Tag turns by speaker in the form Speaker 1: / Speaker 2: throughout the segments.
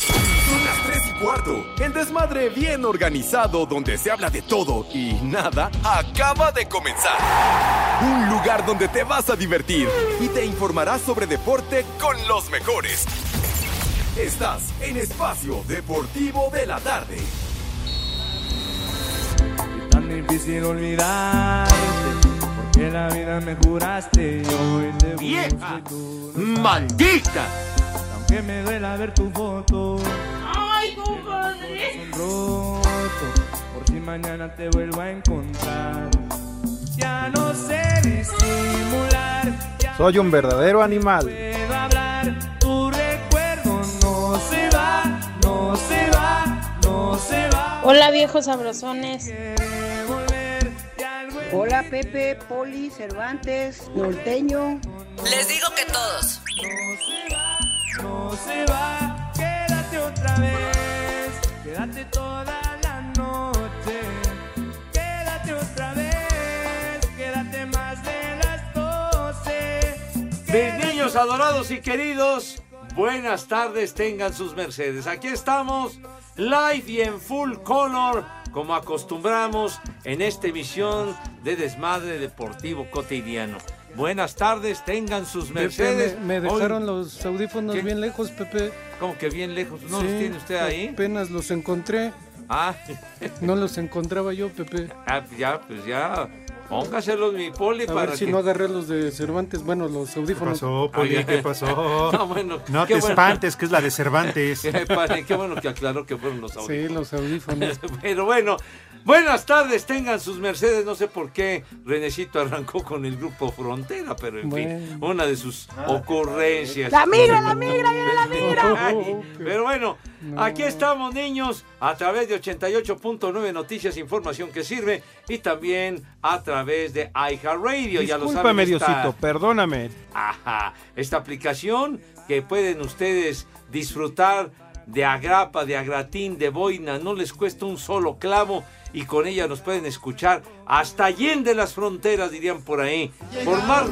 Speaker 1: Son las 3 y cuarto. El desmadre bien organizado donde se habla de todo y nada acaba de comenzar. Un lugar donde te vas a divertir y te informarás sobre deporte con los mejores. Estás en Espacio Deportivo de la Tarde.
Speaker 2: Es tan difícil olvidarte, porque la vida me juraste y hoy te busco y
Speaker 3: ¡Vieja!
Speaker 2: tú no estás.
Speaker 3: ¡Maldita!
Speaker 2: Aunque me duela ver tu foto,
Speaker 4: ¡Ay, compadre!
Speaker 2: corazón roto, por si mañana te vuelvo a encontrar. Ya no sé disimular, ya
Speaker 5: Soy un verdadero animal.
Speaker 2: puedo hablar, tu recuerdo no se va, no se va, no se va.
Speaker 4: Hola, viejos sabrosones.
Speaker 2: Quiere volver y algo en
Speaker 6: Hola Pepe, Poli, Cervantes, Norteño.
Speaker 7: Les digo que todos.
Speaker 2: No se va, quédate otra vez, quédate toda la noche, quédate otra vez, quédate más de las doce.
Speaker 3: Mis niños adorados y queridos, buenas tardes tengan sus mercedes. Aquí estamos, live y en full color, como acostumbramos en esta emisión de Desmadre Deportivo Cotidiano. Buenas tardes tengan sus mercedes.
Speaker 5: Pepe, me, me
Speaker 3: Hoy-
Speaker 5: dejaron los audífonos
Speaker 3: ¿Qué?
Speaker 5: bien lejos, Pepe.
Speaker 3: como que bien lejos? ¿No
Speaker 5: Sí,
Speaker 3: los tiene usted ahí?
Speaker 5: Apenas los encontré.
Speaker 3: Ah,
Speaker 5: No los encontraba yo, Pepe.
Speaker 3: ah, ya, pues ya. Póngaselos mi poli
Speaker 5: A
Speaker 3: para
Speaker 5: ver si
Speaker 3: que-
Speaker 5: no agarré los de Cervantes. Bueno, los
Speaker 8: ¿Qué
Speaker 5: audífonos.
Speaker 8: pasó,
Speaker 3: Ay,
Speaker 8: Poli? ¿Qué pasó?
Speaker 3: No, bueno,
Speaker 8: No
Speaker 3: qué
Speaker 8: te
Speaker 3: bueno.
Speaker 8: espantes, que es la de Cervantes.
Speaker 3: Qué padre, qué bueno que aclaró que fueron los audífonos.
Speaker 5: Sí, los audífonos.
Speaker 3: Pero bueno, buenas tardes, tengan sus mercedes. No sé por qué Renecito arrancó con el grupo Frontera, pero en fin,
Speaker 5: Bueno.
Speaker 3: una de sus ocurrencias.
Speaker 6: La migra, la migra, viene la migra.
Speaker 3: Ay, Pero bueno, aquí estamos niños a través de 88.9 Noticias, e información que sirve y también a través de iHeartRadio. Ya lo saben,
Speaker 8: Discúlpame,
Speaker 3: esta-
Speaker 8: Diosito, perdóname.
Speaker 3: Ajá, esta aplicación que pueden ustedes disfrutar de agrapa, de agratín, de boina, no les cuesta un solo clavo y con ella nos pueden escuchar hasta allende las fronteras, dirían por ahí. Por más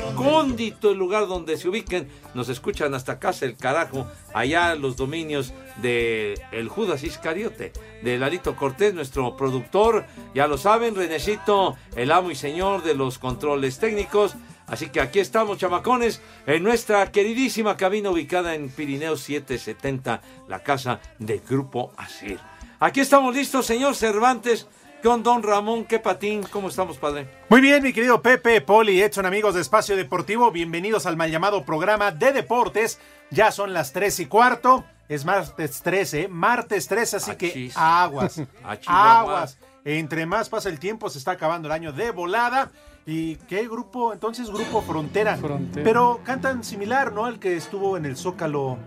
Speaker 3: recóndito el lugar donde se ubiquen, nos escuchan hasta casa el carajo, allá en los dominios de el Judas Iscariote, de Larito Cortés, nuestro productor, ya lo saben, Renecito, el amo y señor de los controles técnicos. Así que aquí estamos, chamacones, en nuestra queridísima cabina ubicada en Pirineo 770, la casa del Grupo Asir. Aquí estamos listos, señor Cervantes, con don Ramón, qué patín, ¿cómo estamos, padre?
Speaker 8: Muy bien, mi querido Pepe, Poli, Edson, amigos de Espacio Deportivo, bienvenidos al mal llamado programa de deportes. Ya son las 3 y cuarto, es martes 13, martes 13, así que
Speaker 3: Achis.
Speaker 8: aguas,
Speaker 3: Achis, aguas.
Speaker 8: aguas. Entre más pasa el tiempo, se está acabando el año de volada. ¿Y qué grupo? Entonces, Grupo Frontera.
Speaker 5: Frontera.
Speaker 8: Pero cantan similar, ¿no? Al que estuvo en el Zócalo,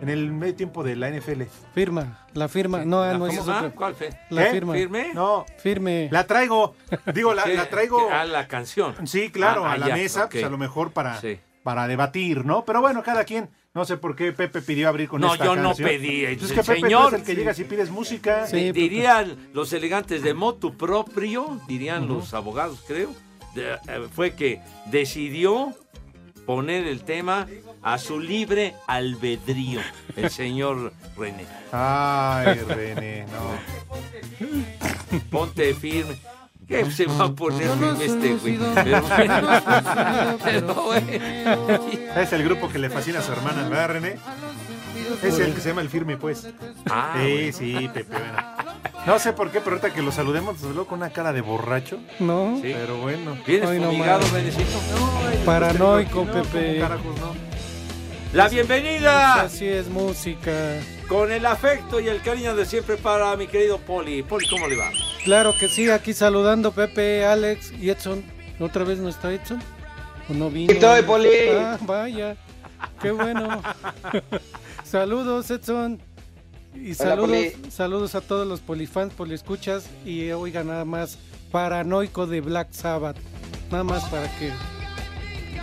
Speaker 8: en el medio tiempo de la NFL.
Speaker 5: Firma, la firma. No, ah, no, ese es
Speaker 3: ¿Cómo? Ah,
Speaker 5: otro.
Speaker 3: ¿Cuál fue?
Speaker 5: La
Speaker 8: ¿Eh?
Speaker 5: firma.
Speaker 3: ¿Firme?
Speaker 8: No,
Speaker 5: Firme.
Speaker 8: la traigo, digo, la,
Speaker 3: ¿Qué-
Speaker 8: la traigo...
Speaker 3: qué- A la canción.
Speaker 8: Sí, claro,
Speaker 3: Ah,
Speaker 8: a la
Speaker 3: ah, ya,
Speaker 8: mesa,
Speaker 3: ok.
Speaker 8: pues a lo mejor para,
Speaker 3: Sí.
Speaker 8: para debatir, ¿no? Pero bueno, cada quien, no sé por qué Pepe pidió abrir con
Speaker 3: No,
Speaker 8: esta
Speaker 3: yo no
Speaker 8: canción.
Speaker 3: pedí, eh,
Speaker 8: Pues es
Speaker 3: el
Speaker 8: que Pepe tú
Speaker 3: señor.
Speaker 8: es el que
Speaker 3: Sí.
Speaker 8: llegas y pides música.
Speaker 5: Sí. Pepe.
Speaker 3: dirían los elegantes de motu propio, dirían los abogados, creo, de- eh, fue que decidió poner el tema a su libre albedrío, el señor René.
Speaker 8: Ay, René, no.
Speaker 3: Ponte firme. ¿Qué se va a poner firme este güey? Pero bueno, pero bueno.
Speaker 8: Es el grupo que le fascina a su hermana, ¿verdad, René? Es el que se llama El Firme, pues.
Speaker 3: Ah,
Speaker 8: sí, sí, Pepe, bueno. No sé por qué, pero ahorita que lo saludemos, desde luego con una cara de borracho.
Speaker 5: No.
Speaker 3: Sí.
Speaker 8: Pero bueno.
Speaker 3: ¿Vienes
Speaker 5: Ay, no
Speaker 3: fumigado,
Speaker 5: más.
Speaker 3: Renecito?
Speaker 5: Paranoico,
Speaker 8: No,
Speaker 5: Pepe.
Speaker 8: ¿cómo carajos, no?
Speaker 3: La bienvenida
Speaker 5: Así es música.
Speaker 3: con el afecto y el cariño de siempre para mi querido Poli. Poli, ¿cómo le va?
Speaker 5: Claro que sí, aquí saludando Pepe, Alex y Edson. ¿Otra vez no está Edson? ¿O no vino?
Speaker 6: Aquí estoy, Poli.
Speaker 5: Ah, vaya. Qué bueno. Saludos, Edson. Y saludos, saludos a todos los polifans, poliescuchas. Y eh, oiga, nada más, paranoico de Black Sabbath. Nada más para que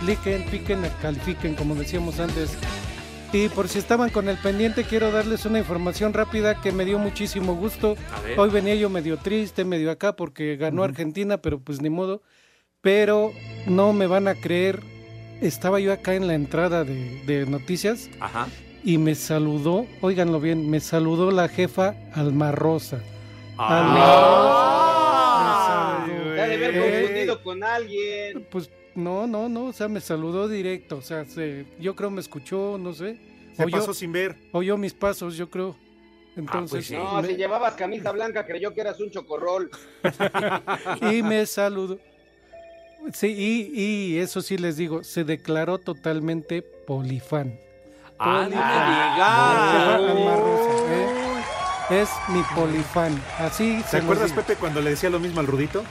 Speaker 5: cliquen, piquen, califiquen, como decíamos antes. Y por si estaban con el pendiente, quiero darles una información rápida que me dio muchísimo gusto.
Speaker 3: A ver.
Speaker 5: Hoy venía yo medio triste, medio acá, porque ganó Argentina, pero pues ni modo. Pero no me van a creer, estaba yo acá en la entrada de, de noticias
Speaker 3: Ajá.
Speaker 5: y me saludó, óiganlo bien, me saludó la jefa Alma Rosa.
Speaker 3: Ah.
Speaker 5: Me saludó.
Speaker 9: Ha de haber
Speaker 5: Eh,
Speaker 9: confundido con alguien.
Speaker 5: Pues no, no, no, o sea, me saludó directo, o sea, se- yo creo me escuchó, no sé,
Speaker 8: Se
Speaker 5: Oye.
Speaker 8: pasó sin ver.
Speaker 5: oyó mis pasos, yo creo. Entonces,
Speaker 3: Ah, pues sí.
Speaker 9: Pues No,
Speaker 5: Pues me-
Speaker 9: si llevabas camisa blanca creyó que eras un chocorrol.
Speaker 5: y me saludó. Sí, y, y eso sí les digo, se declaró totalmente polifan.
Speaker 3: Ah, ni me
Speaker 5: La jefa
Speaker 3: digas.
Speaker 5: Alma Rosa, ¿eh? Es mi polifan. Así
Speaker 8: ¿Te
Speaker 5: se los
Speaker 8: acuerdas,
Speaker 5: digo.
Speaker 8: Pepe, cuando le decía lo mismo al Rudito?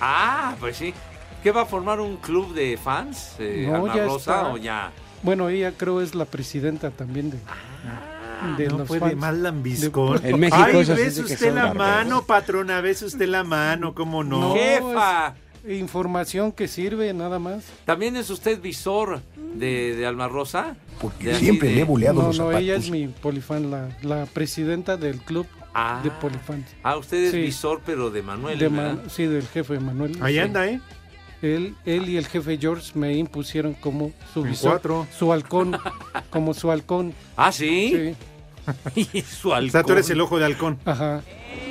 Speaker 3: Ah, pues sí. ¿Qué va a formar un club de fans? Eh,
Speaker 5: No,
Speaker 3: Alma
Speaker 5: ya
Speaker 3: Rosa
Speaker 5: está.
Speaker 3: o ya.
Speaker 5: Bueno, ella creo es la presidenta también de,
Speaker 3: Ah,
Speaker 5: de
Speaker 8: No
Speaker 5: los
Speaker 8: puede
Speaker 5: fans.
Speaker 8: mal lambiscón.
Speaker 10: En México
Speaker 8: Ay,
Speaker 10: eso sí
Speaker 8: ves
Speaker 10: que
Speaker 8: usted
Speaker 10: son
Speaker 8: la
Speaker 10: barberos.
Speaker 8: mano, patrona, ves usted la mano, cómo no.
Speaker 5: No.
Speaker 3: Jefa,
Speaker 5: Información que sirve nada más.
Speaker 3: ¿también es usted visor de, de Alma Rosa?
Speaker 10: Porque
Speaker 3: De así
Speaker 10: Pues siempre
Speaker 3: de-
Speaker 10: le he boleado
Speaker 5: No,
Speaker 10: los
Speaker 5: no,
Speaker 10: zapatos.
Speaker 5: ella es mi polifan, la, la presidenta del club
Speaker 3: Ah.
Speaker 5: de polifan.
Speaker 3: Ah, usted es
Speaker 5: Sí.
Speaker 3: visor, pero de Manuel.
Speaker 5: De
Speaker 3: ¿verdad?
Speaker 5: Ma- sí, del jefe Manuel.
Speaker 8: Ahí
Speaker 5: Sí.
Speaker 8: anda, ¿eh?
Speaker 5: Él, él y el jefe George me impusieron como su
Speaker 8: En
Speaker 5: visor,
Speaker 8: cuatro.
Speaker 5: su halcón, como su halcón.
Speaker 3: Ah, sí.
Speaker 5: Sí,
Speaker 3: y su
Speaker 8: O sea, tú eres
Speaker 3: halcón.
Speaker 8: el ojo de halcón.
Speaker 5: ajá.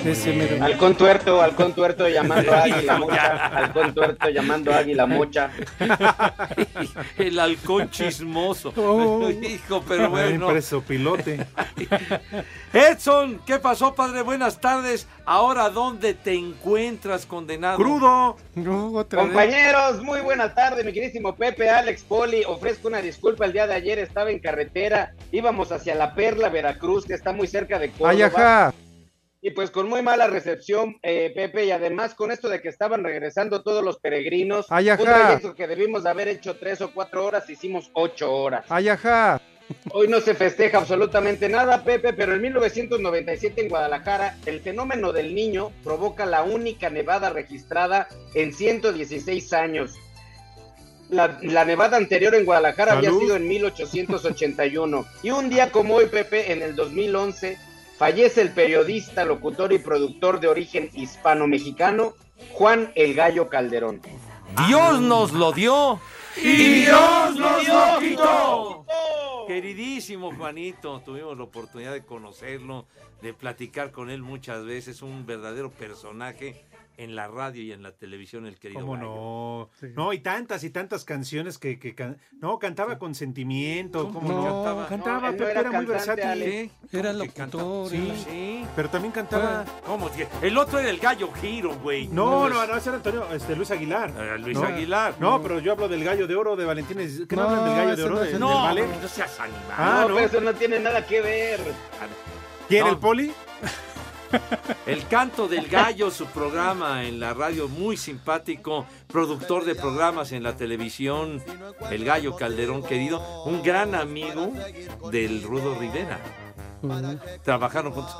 Speaker 5: Ese mero.
Speaker 9: Halcón tuerto, halcón tuerto llamando a águila mocha. Halcón tuerto llamando a águila mocha.
Speaker 3: El halcón chismoso.
Speaker 5: Oh.
Speaker 3: Hijo, pero
Speaker 8: Ahí
Speaker 3: bueno.
Speaker 8: preso pilote.
Speaker 3: Edson, ¿qué pasó, padre? Buenas tardes. Ahora, ¿dónde te encuentras condenado?
Speaker 8: ¡Crudo!
Speaker 5: No, otra vez.
Speaker 9: Compañeros, muy buena tarde, mi queridísimo Pepe, Alex, Poli. Ofrezco una disculpa, el día de ayer estaba en carretera, íbamos hacia La Perla, Veracruz, que está muy cerca de Córdoba.
Speaker 10: Ay, ajá.
Speaker 9: Y pues con muy mala recepción, eh, Pepe, y además con esto de que estaban regresando todos los peregrinos,
Speaker 10: Ay, ajá.
Speaker 9: un trayecto que debimos de haber hecho tres o cuatro horas, hicimos ocho horas.
Speaker 10: Ay, ajá.
Speaker 9: Hoy no se festeja absolutamente nada, Pepe, pero en 1997 en Guadalajara, el fenómeno del niño provoca la única nevada registrada en 116 años. La, la nevada anterior en Guadalajara había
Speaker 8: Salud.
Speaker 9: sido en 1881. Y un día como hoy, Pepe, en el 2011, fallece el periodista, locutor y productor de origen hispano-mexicano, Juan El Gallo Calderón.
Speaker 3: Dios nos lo dio. Y Dios nos lo quitó. Queridísimo Juanito, tuvimos la oportunidad de conocerlo, de platicar con él muchas veces, un verdadero personaje en la radio y en la televisión, el querido.
Speaker 8: ¿Cómo
Speaker 3: Gallo.
Speaker 8: no? No, y tantas y tantas canciones que... que can- No, cantaba con sentimiento, ¿cómo
Speaker 5: No,
Speaker 8: no?
Speaker 3: cantaba.
Speaker 8: Cantaba,
Speaker 9: No, él no
Speaker 8: Pepe,
Speaker 9: era
Speaker 8: era muy
Speaker 9: cantante,
Speaker 8: versátil.
Speaker 9: Ale.
Speaker 3: Sí,
Speaker 5: Era
Speaker 3: ¿cómo que canta?
Speaker 5: locutor,
Speaker 3: Sí,
Speaker 5: era-
Speaker 3: sí.
Speaker 8: Pero también cantaba...
Speaker 3: ¿Cómo que- El otro era el gallo giro, güey.
Speaker 8: No, no, no, ese era Antonio, este, Luis Aguilar.
Speaker 3: Eh, Luis
Speaker 8: No.
Speaker 3: Aguilar.
Speaker 8: No, pero yo hablo del gallo de oro de Valentín. Elizalde. ¿Qué no,
Speaker 5: No,
Speaker 8: hablan del gallo
Speaker 5: ese
Speaker 8: de oro?
Speaker 5: no es
Speaker 8: de-
Speaker 5: el
Speaker 8: del
Speaker 3: No,
Speaker 8: Vale?
Speaker 3: no pues, seas animal.
Speaker 8: Ah,
Speaker 9: no,
Speaker 8: no.
Speaker 9: pero eso no tiene nada que ver.
Speaker 8: ¿Quién,
Speaker 3: No.
Speaker 8: el poli?
Speaker 3: El canto del gallo, su programa en la radio, muy simpático, productor de programas en la televisión, el gallo Calderón querido, un gran amigo del Rudo Rivera. Trabajaron juntos.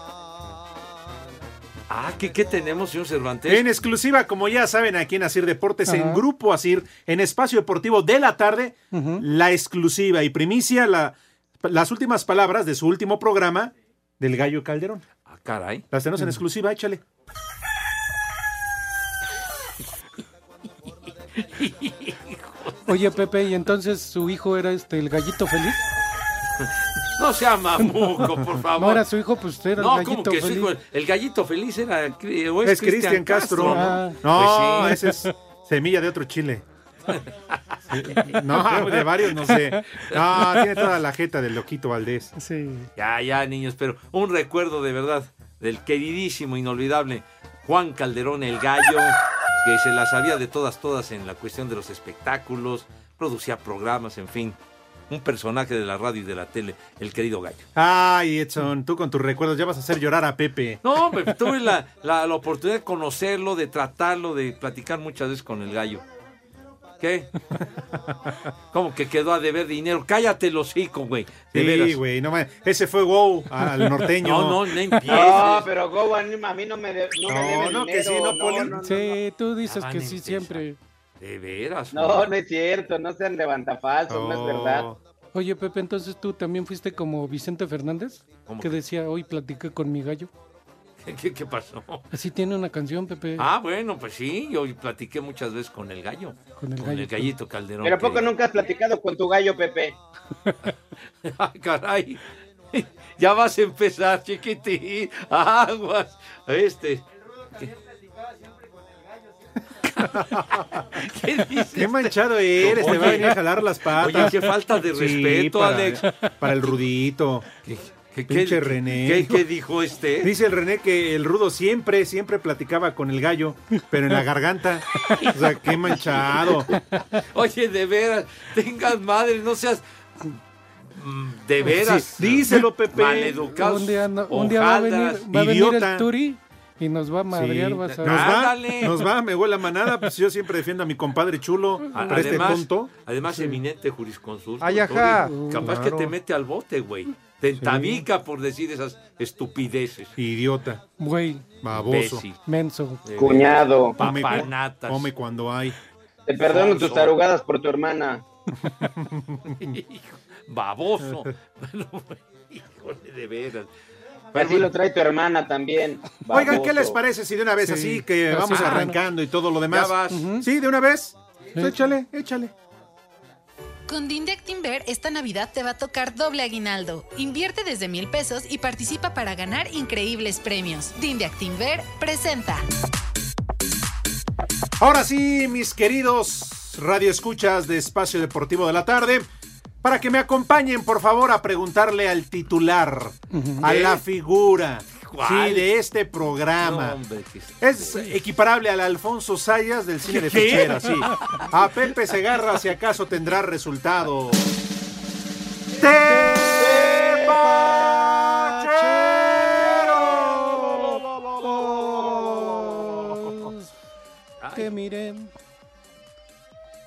Speaker 3: Ah, ¿qué, qué tenemos, señor Cervantes?
Speaker 8: En exclusiva, como ya saben, aquí en Asir Deportes, en
Speaker 5: Ajá.
Speaker 8: Grupo Asir, en Espacio Deportivo de la tarde,
Speaker 5: Ujú.
Speaker 8: la exclusiva y primicia, la- las últimas palabras de su último programa del Gallo Calderón.
Speaker 3: Ah, caray.
Speaker 8: Las tenemos en exclusiva, échale.
Speaker 5: Oye, Pepe, ¿y entonces su hijo era este el gallito feliz?
Speaker 3: No sea mamuco, por favor.
Speaker 5: No era su hijo, pues usted era
Speaker 3: No,
Speaker 5: el
Speaker 3: como
Speaker 5: gallito
Speaker 3: que sí,
Speaker 5: feliz.
Speaker 3: güey, el gallito feliz era cri- o
Speaker 8: Es Cristian Castro.
Speaker 5: Ah.
Speaker 8: No,
Speaker 3: Pues sí.
Speaker 8: ese es semilla de otro chile. Sí. No, de varios, no sé. No, tiene toda la jeta del loquito Valdés.
Speaker 5: Sí.
Speaker 3: Ya, ya, niños, pero un recuerdo de verdad del queridísimo, inolvidable Juan Calderón el Gallo, que se la sabía de todas, todas en la cuestión de los espectáculos, producía programas, en fin. Un personaje de la radio y de la tele, el querido Gallo.
Speaker 8: Ay, Edson, tú con tus recuerdos ya vas a hacer llorar a Pepe.
Speaker 3: No, hombre, tuve la, la- la oportunidad de conocerlo, de tratarlo, de platicar muchas veces con el Gallo. ¿Qué? ¿Cómo que quedó a deber dinero? Cállate el hocico, güey. De
Speaker 8: Sí,
Speaker 3: veras.
Speaker 8: güey, no mames. Ese fue Wow al norteño.
Speaker 3: No, no, no empieces.
Speaker 9: No, pero Go a mí no me, de- no me debe
Speaker 8: no, que
Speaker 9: dinero,
Speaker 8: sí, no, Poli.
Speaker 5: Sí, tú dices
Speaker 3: Ah,
Speaker 5: que
Speaker 3: ni
Speaker 5: sí
Speaker 3: empieza.
Speaker 5: siempre.
Speaker 3: De veras.
Speaker 9: No, no es cierto, no sean levantafalsos, no es verdad.
Speaker 5: Oye, Pepe, entonces tú también fuiste como Vicente Fernández,
Speaker 3: ¿Cómo
Speaker 5: que
Speaker 3: que?
Speaker 5: decía, hoy platiqué con mi gallo.
Speaker 3: ¿Qué, qué pasó?
Speaker 5: Así tiene una canción, Pepe.
Speaker 3: Ah, bueno, pues sí, yo platiqué muchas veces con el gallo.
Speaker 5: Con el
Speaker 3: Con el
Speaker 5: gallo.
Speaker 3: gallito Calderón.
Speaker 9: Pero ¿a poco
Speaker 3: que-
Speaker 9: nunca has platicado con tu gallo, Pepe?
Speaker 3: Ay, ah, caray. Ya vas a empezar, chiquitín. Aguas. Este. ¿Qué
Speaker 8: Qué
Speaker 3: dices?
Speaker 8: manchado eres, te va a venir a jalar las patas.
Speaker 3: Oye, qué falta de
Speaker 8: Sí,
Speaker 3: pues, respeto,
Speaker 8: para-
Speaker 3: Alex.
Speaker 8: Para el rudito.
Speaker 3: ¿Qué, qué-
Speaker 8: Pinche
Speaker 3: qué-
Speaker 8: René.
Speaker 3: qué- qué dijo este?
Speaker 8: Dice el René que el rudo siempre, siempre platicaba con el gallo, pero en la garganta. O sea, qué manchado.
Speaker 3: Oye, de veras, tengas madre, no seas. mm, De veras.
Speaker 8: Sí, díselo, Pepe.
Speaker 3: Maleducados.
Speaker 5: un día, no- un día va, a
Speaker 3: ojaldas.
Speaker 5: venir, va a venir
Speaker 8: idiota.
Speaker 5: el Turi y nos va a madrear,
Speaker 8: Sí.
Speaker 5: vas a
Speaker 8: Nos
Speaker 3: Ah,
Speaker 5: ver.
Speaker 8: va,
Speaker 3: Ándale.
Speaker 8: nos va, me voy a la manada, pues yo siempre defiendo a mi compadre chulo,
Speaker 3: A-
Speaker 8: pero este
Speaker 3: además,
Speaker 8: tonto.
Speaker 3: además eminente jurisconsulto.
Speaker 10: Ay, ajá.
Speaker 3: Tony, Capaz
Speaker 8: Claro.
Speaker 3: que te mete al bote, güey. Te entabica por decir esas estupideces.
Speaker 8: Idiota,
Speaker 5: Güey,
Speaker 8: baboso.
Speaker 3: Imbécil.
Speaker 5: menso.
Speaker 3: De
Speaker 9: Cuñado,
Speaker 8: Eh, Come,
Speaker 3: Papanatas.
Speaker 8: come cuando hay.
Speaker 9: te perdono tus tarugadas por tu hermana.
Speaker 3: veras. Hijo, Baboso. Bueno, güey, híjole, de veras. Pero
Speaker 9: Así
Speaker 3: bueno,
Speaker 9: lo trae tu hermana también.
Speaker 8: Oigan, ¿qué les
Speaker 9: baboso.
Speaker 8: parece si de una vez
Speaker 5: Sí,
Speaker 8: así que
Speaker 5: pero
Speaker 8: vamos
Speaker 5: sí,
Speaker 8: arrancando y todo lo demás?
Speaker 3: Ya vas.
Speaker 5: Ujú.
Speaker 8: Sí, de una vez.
Speaker 5: Sí.
Speaker 8: Échale, échale.
Speaker 7: Con Dindex Timber esta Navidad te va a tocar doble aguinaldo. Invierte desde mil pesos y participa para ganar increíbles premios. Dindex Timber presenta.
Speaker 8: Ahora sí, mis queridos radioescuchas de Espacio Deportivo de la Tarde, para que me acompañen, por favor, a preguntarle al titular, a la figura,
Speaker 3: ¿Eh? ¿Cuál?
Speaker 8: sí, de este
Speaker 3: no,
Speaker 8: programa.
Speaker 3: hombre, que-
Speaker 8: Es equiparable al Alfonso Sayas del cine de fichera, sí. A Pepe Segarra, si acaso tendrá resultado. ¡Tepachero!
Speaker 5: Te miré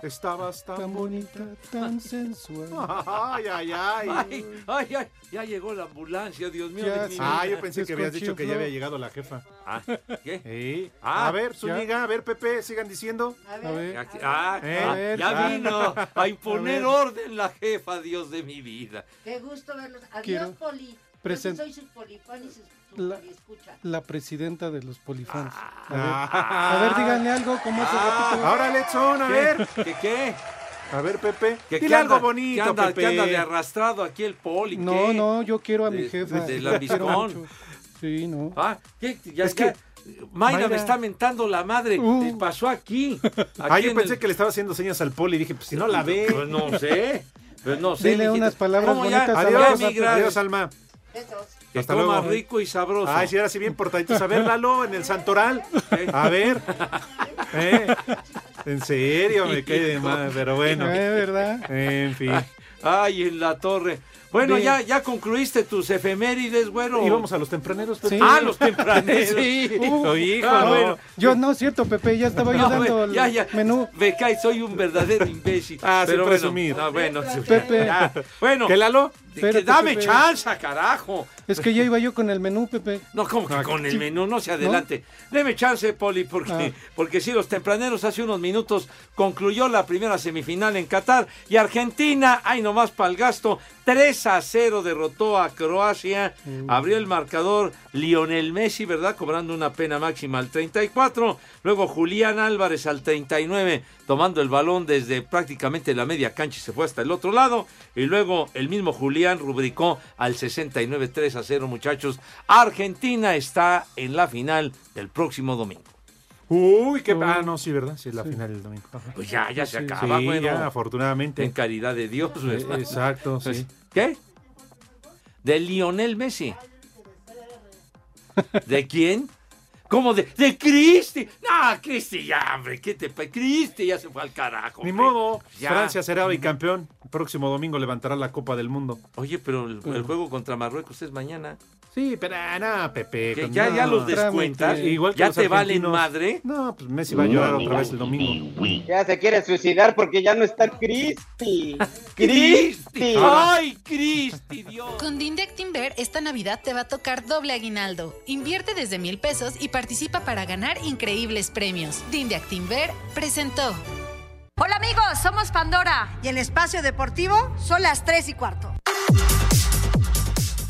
Speaker 8: Estabas
Speaker 5: tan
Speaker 8: tan
Speaker 5: bonita, tan sensual.
Speaker 8: Ay, ay, ay.
Speaker 3: Ay, ay, ay, ya llegó la ambulancia, Dios mío.
Speaker 5: Ya
Speaker 3: de mi
Speaker 5: sé.
Speaker 8: Ah,
Speaker 3: vida.
Speaker 8: yo pensé que habías dicho que ya había llegado la jefa.
Speaker 3: Ah, ¿Qué?
Speaker 8: Sí.
Speaker 3: Ah,
Speaker 8: a ver, Zúñiga, a ver, Pepe, sigan diciendo.
Speaker 5: A ver,
Speaker 3: Aquí- ah,
Speaker 8: Eh,
Speaker 3: ah,
Speaker 8: a ver,
Speaker 3: ya
Speaker 8: ah.
Speaker 3: vino a imponer
Speaker 8: A ver.
Speaker 3: orden la jefa, Dios de mi vida.
Speaker 11: Qué gusto verlos. Adiós,
Speaker 5: Quiero
Speaker 11: Poli.
Speaker 5: presen-
Speaker 11: Yo soy su polifón y su, su
Speaker 5: La-
Speaker 11: escucha.
Speaker 5: la presidenta de los polifans. A ver,
Speaker 8: Ah.
Speaker 5: a ver, díganle algo, como hace ratito.
Speaker 8: Ahora, Letson, a ver.
Speaker 3: ¿Qué qué?
Speaker 8: A ver, Pepe.
Speaker 3: ¿Qué,
Speaker 8: Dile
Speaker 3: qué
Speaker 8: algo
Speaker 3: anda-
Speaker 8: bonito,
Speaker 3: qué anda,
Speaker 8: Pepe.
Speaker 3: qué anda de arrastrado aquí el poli?
Speaker 5: No,
Speaker 3: ¿Qué?
Speaker 5: no, yo quiero a mi
Speaker 3: De-
Speaker 5: jefa.
Speaker 3: de
Speaker 5: la
Speaker 3: lambiscón.
Speaker 5: quiero mucho. Sí, no.
Speaker 3: Ah, ¿qué? Ya,
Speaker 8: Es
Speaker 3: ya-
Speaker 8: que-
Speaker 3: Mayra,
Speaker 8: Mayra.
Speaker 3: me está mentando la madre.
Speaker 5: Uh.
Speaker 3: ¿Qué pasó aquí?
Speaker 8: Ah, yo pensé que le estaba haciendo señas al poli. Dije, pues si no la ve.
Speaker 3: Pues no sé. Pues no sé.
Speaker 5: Dile
Speaker 3: mijita.
Speaker 5: unas palabras
Speaker 3: ¿Cómo ya?
Speaker 5: bonitas a
Speaker 3: Ya
Speaker 8: Adiós,
Speaker 5: Pepe.
Speaker 3: emigrar,
Speaker 8: adiós, Alma.
Speaker 11: Besos.
Speaker 3: Que
Speaker 8: Hasta
Speaker 3: coma
Speaker 8: luego.
Speaker 3: rico y sabroso.
Speaker 8: Ay, si ahora sí bien portaditos. A ver, Lalo, en el Santoral. A ver. Eh, En serio, me cae de mal, pero bueno.
Speaker 5: Eh, ¿verdad?
Speaker 8: En fin.
Speaker 3: Ay, ay, en la torre. Bueno,
Speaker 5: Bien.
Speaker 3: ya, ya concluiste tus efemérides, güero.
Speaker 8: ¿Y vamos a los tempraneros? Pepe?
Speaker 5: Sí.
Speaker 3: Ah, los tempraneros.
Speaker 5: Sí.
Speaker 8: Hijo, hijo,
Speaker 3: Ah,
Speaker 8: no.
Speaker 3: bueno.
Speaker 5: Yo no, cierto, Pepe, ya estaba
Speaker 3: No,
Speaker 5: yo dando
Speaker 3: ve- ya,
Speaker 5: el
Speaker 3: ya.
Speaker 5: menú.
Speaker 3: Me cae, soy un verdadero imbécil.
Speaker 8: Ah, sin
Speaker 3: Pero
Speaker 8: presumir.
Speaker 3: Bueno, no, bueno, sí,
Speaker 5: Pepe.
Speaker 3: ya. Bueno,
Speaker 8: ¿Qué, Lalo?
Speaker 3: que
Speaker 5: Espérate,
Speaker 3: dame
Speaker 5: Pepe.
Speaker 3: chance, carajo.
Speaker 5: Es que ya iba yo con el menú, Pepe.
Speaker 3: No, como que con el menú, no se adelante. Deme chance, Poli, porque, porque sí, los tempraneros hace unos minutos concluyó la primera semifinal en Qatar y Argentina, ay nomás para el gasto, 3 a 0 derrotó a Croacia, abrió el marcador Lionel Messi, ¿verdad? Cobrando una pena máxima al 34, luego Julián Álvarez al 39, tomando el balón desde prácticamente la media cancha y se fue hasta el otro lado, y luego el mismo Julián rubricó al 69 3 a 0, muchachos. Argentina está en la final del próximo domingo.
Speaker 8: Uy, qué. Ah, no, sí, ¿verdad? Sí, es la final del domingo.
Speaker 3: Pues ya, ya se
Speaker 5: Sí,
Speaker 3: acaba,
Speaker 8: sí,
Speaker 3: bueno.
Speaker 8: ya,
Speaker 3: En
Speaker 8: afortunadamente. Eh,
Speaker 3: caridad de Dios, ¿verdad?
Speaker 8: Exacto,
Speaker 3: Pues,
Speaker 8: sí.
Speaker 3: ¿Qué? De Lionel Messi. ¿De quién? ¿Cómo de? ¡De Cristi! ¡No, Cristi ya, hombre! ¿Qué te pa- Cristi ya se fue al carajo.
Speaker 8: Ni
Speaker 3: hombre.
Speaker 8: modo,
Speaker 3: Ya.
Speaker 8: Francia será hoy campeón. El próximo domingo levantará la Copa del Mundo.
Speaker 3: Oye, pero el, el juego contra Marruecos es mañana.
Speaker 8: Sí, pero ah, nada, Pepe.
Speaker 3: Que
Speaker 8: pues,
Speaker 3: ya- ya
Speaker 8: no.
Speaker 3: los descuentas,
Speaker 8: Trámite. Igual que
Speaker 3: ya
Speaker 8: los
Speaker 3: te valen
Speaker 8: argentinos.
Speaker 3: madre.
Speaker 8: No, pues Messi va a llorar otra vez el domingo.
Speaker 12: Ya se quiere suicidar porque ya no está Cristi.
Speaker 3: Cristi.
Speaker 12: Cristi.
Speaker 3: ¡Ay, Cristi, Dios!
Speaker 13: Con Din de Actinver esta Navidad te va a tocar doble aguinaldo. Invierte desde mil pesos y participa para ganar increíbles premios. Din de Actinver presentó.
Speaker 14: Hola amigos, somos Pandora y el espacio deportivo son las 3 y cuarto.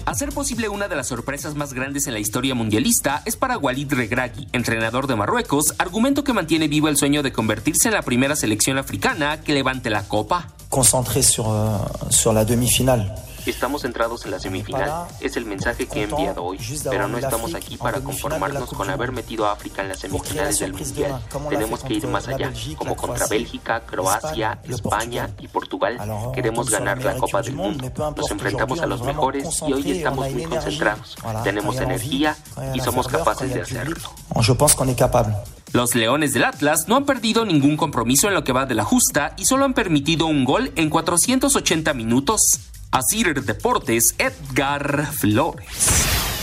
Speaker 15: Hacer posible una de las sorpresas más grandes en la historia mundialista es para Walid Regragui, entrenador de Marruecos, argumento que mantiene vivo el sueño de convertirse en la primera selección africana que levante la copa.
Speaker 16: concentré sur, euh, sur la demi-finale.
Speaker 15: Estamos centrados en la semifinal, es el mensaje que he enviado hoy, pero no estamos aquí para conformarnos con haber metido a África en las semifinales del Mundial. Tenemos que ir más allá, como contra Bélgica, Croacia, España y Portugal. Queremos ganar la Copa del Mundo. Nos enfrentamos a los mejores y hoy estamos muy concentrados. Tenemos energía y somos capaces de hacerlo.
Speaker 16: Je pense qu'on est capable.
Speaker 15: Los Leones del Atlas no han perdido ningún compromiso en lo que va de la justa y solo han permitido un gol en 480 minutos. Asir Deportes, Edgar Flores.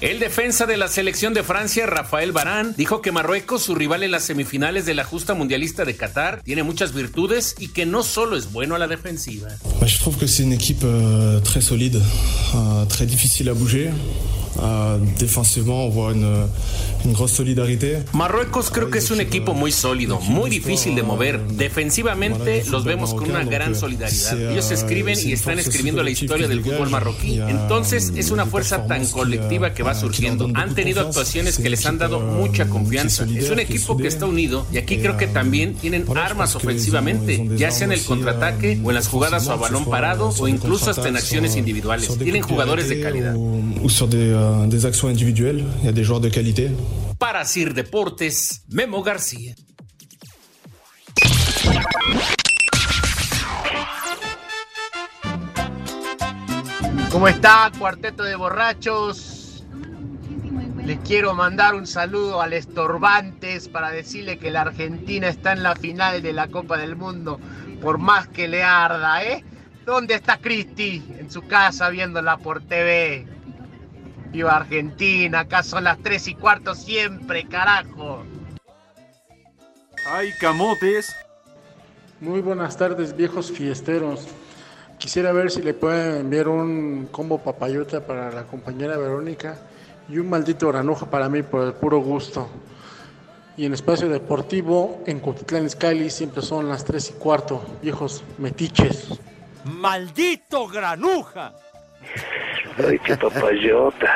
Speaker 17: El defensa de la selección de Francia, Rafael Barán, dijo que Marruecos, su rival en las semifinales de la justa mundialista de Qatar, tiene muchas virtudes y que no solo es bueno a la defensiva.
Speaker 18: Bah, Je trouve que c'est une équipe euh, très solide, euh, très difficile à bouger. Euh, défensivement, on voit une, une grosse solidarité.
Speaker 17: Marruecos creo que es un equipo muy sólido, muy difícil de mover. Defensivamente los vemos con una gran solidaridad. Ellos escriben y están escribiendo la historia del fútbol marroquí. Entonces es una fuerza tan colectiva que va surgiendo. Han tenido actuaciones que les han dado mucha confianza. Es un equipo que está unido y aquí creo que también tienen armas ofensivamente, ya sea en el contraataque o en las jugadas o a balón parado o incluso hasta en
Speaker 18: euh,
Speaker 17: acciones individuales. Tienen jugadores de calidad.
Speaker 18: Ou, ou sur des, euh, des actions individuelles, il y a des joueurs de qualité.
Speaker 17: Para Sir Deportes, Memo García.
Speaker 9: ¿Cómo está, cuarteto de borrachos? Les quiero mandar un saludo al Estorbantes para decirle que la Argentina está en la final de la Copa del Mundo, por más que le arda, ¿eh? ¿Dónde está Cristi? En su casa viéndola por TV. Viva Argentina, acá son las 3 y cuarto siempre, carajo.
Speaker 19: ¡Ay, camotes! Muy buenas tardes, viejos fiesteros. Quisiera ver si le pueden enviar un combo papayota para la compañera Verónica y un maldito granuja para mí por el puro gusto. Y en espacio deportivo, en Cuautitlán Iscali, siempre son las 3 y cuarto, viejos metiches.
Speaker 20: ¡Maldito granuja!
Speaker 21: Ay, qué papayota.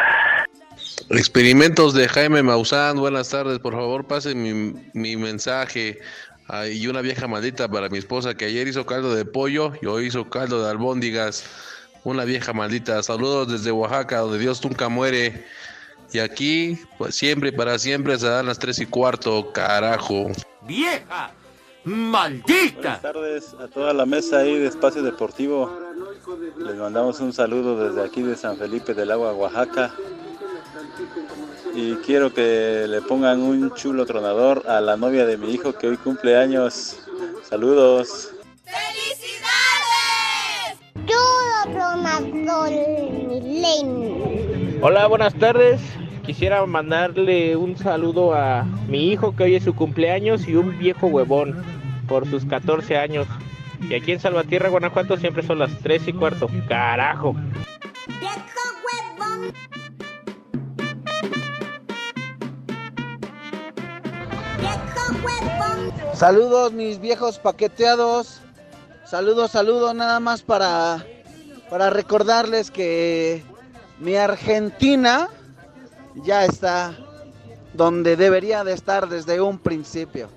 Speaker 22: Experimentos de Jaime Maussan, buenas tardes, por favor pase mi, mi mensaje. Ay, y una vieja maldita para mi esposa que ayer hizo caldo de pollo y hoy hizo caldo de albóndigas. Una vieja maldita. Saludos desde Oaxaca, donde Dios nunca muere. Y aquí, pues siempre y para siempre, se dan las tres y cuarto, carajo.
Speaker 20: ¡Vieja! ¡Maldita!
Speaker 23: Buenas tardes a toda la mesa ahí de Espacio Deportivo. Les mandamos un saludo desde aquí de San Felipe del Agua, Oaxaca. Y quiero que le pongan un chulo tronador a la novia de mi hijo que hoy cumple años. Saludos.
Speaker 24: Hola, buenas tardes. Quisiera mandarle un saludo a mi hijo que hoy es su cumpleaños y un viejo huevón por sus 14 años. Y aquí en Salvatierra, Guanajuato, siempre son las 3 y cuarto. ¡Carajo!
Speaker 25: Saludos mis viejos paqueteados. Saludos, saludos nada más para para recordarles que mi Argentina ya está donde debería de estar desde un principio.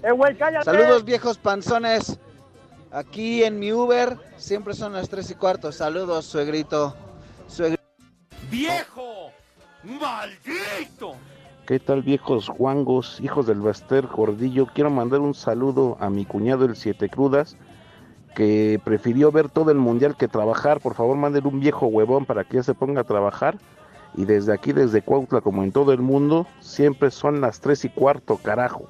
Speaker 25: Saludos viejos panzones. Aquí en mi Uber siempre son las tres y cuarto. Saludos, suegrito. Suegri-
Speaker 20: ¡Viejo! ¡Maldito!
Speaker 26: ¿Qué tal viejos guangos, hijos del Baster Gordillo? Quiero mandar un saludo a mi cuñado el Siete Crudas, que prefirió ver todo el mundial que trabajar. Por favor, manden un viejo huevón para que ya se ponga a trabajar. Y desde aquí, desde Cuautla, como en todo el mundo, siempre son las tres y cuarto, carajo.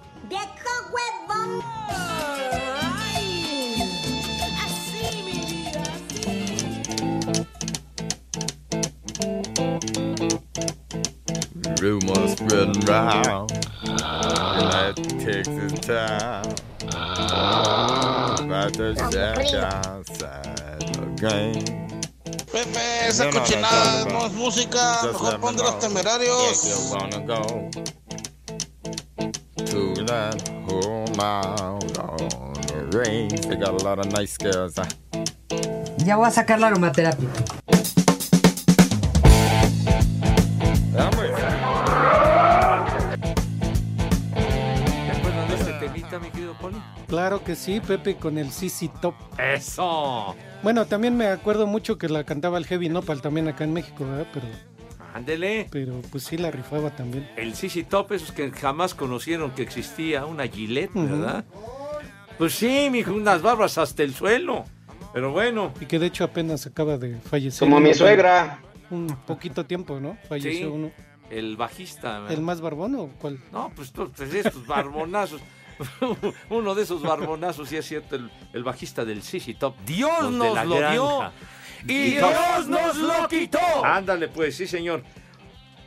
Speaker 27: rumors spreading round. That takes its time. About the jack outside again.
Speaker 1: Pepe, esa cochinada no es música. Mejor ponte los temerarios.
Speaker 27: To that whole mile on the range. They got a lot of nice girls. huh?
Speaker 2: Ya voy a sacar la aromaterapia.
Speaker 3: ¿Te acuerdas de este temita, mi querido Poli?
Speaker 5: Claro que sí, Pepe con el CC Top.
Speaker 3: ¡Eso!
Speaker 5: Bueno, también me acuerdo mucho que la cantaba el Heavy Nopal también acá en México, ¿verdad? Pero,
Speaker 3: Ándele.
Speaker 5: pero pues sí la rifaba también.
Speaker 3: El CC Top, esos que jamás conocieron que existía, una Gillette,
Speaker 5: Ujú.
Speaker 3: ¿verdad? Pues sí, mijo, unas barbas hasta el suelo. Pero bueno.
Speaker 5: Y que de hecho apenas acaba de fallecer.
Speaker 9: Como mi suegra.
Speaker 5: Un poquito tiempo, ¿no? Falleció
Speaker 3: sí,
Speaker 5: uno.
Speaker 3: El bajista. ¿verdad?
Speaker 5: ¿El más barbón o cuál?
Speaker 3: No, pues, tú, pues, estos barbonazos. Uno de esos barbonazos, sí es cierto, el, el bajista del Sissy Top.
Speaker 28: Dios
Speaker 3: los de
Speaker 28: nos
Speaker 3: la
Speaker 28: lo dio
Speaker 3: granja.
Speaker 28: y
Speaker 3: Top.
Speaker 28: Dios nos lo quitó.
Speaker 3: Ándale, pues, sí, señor.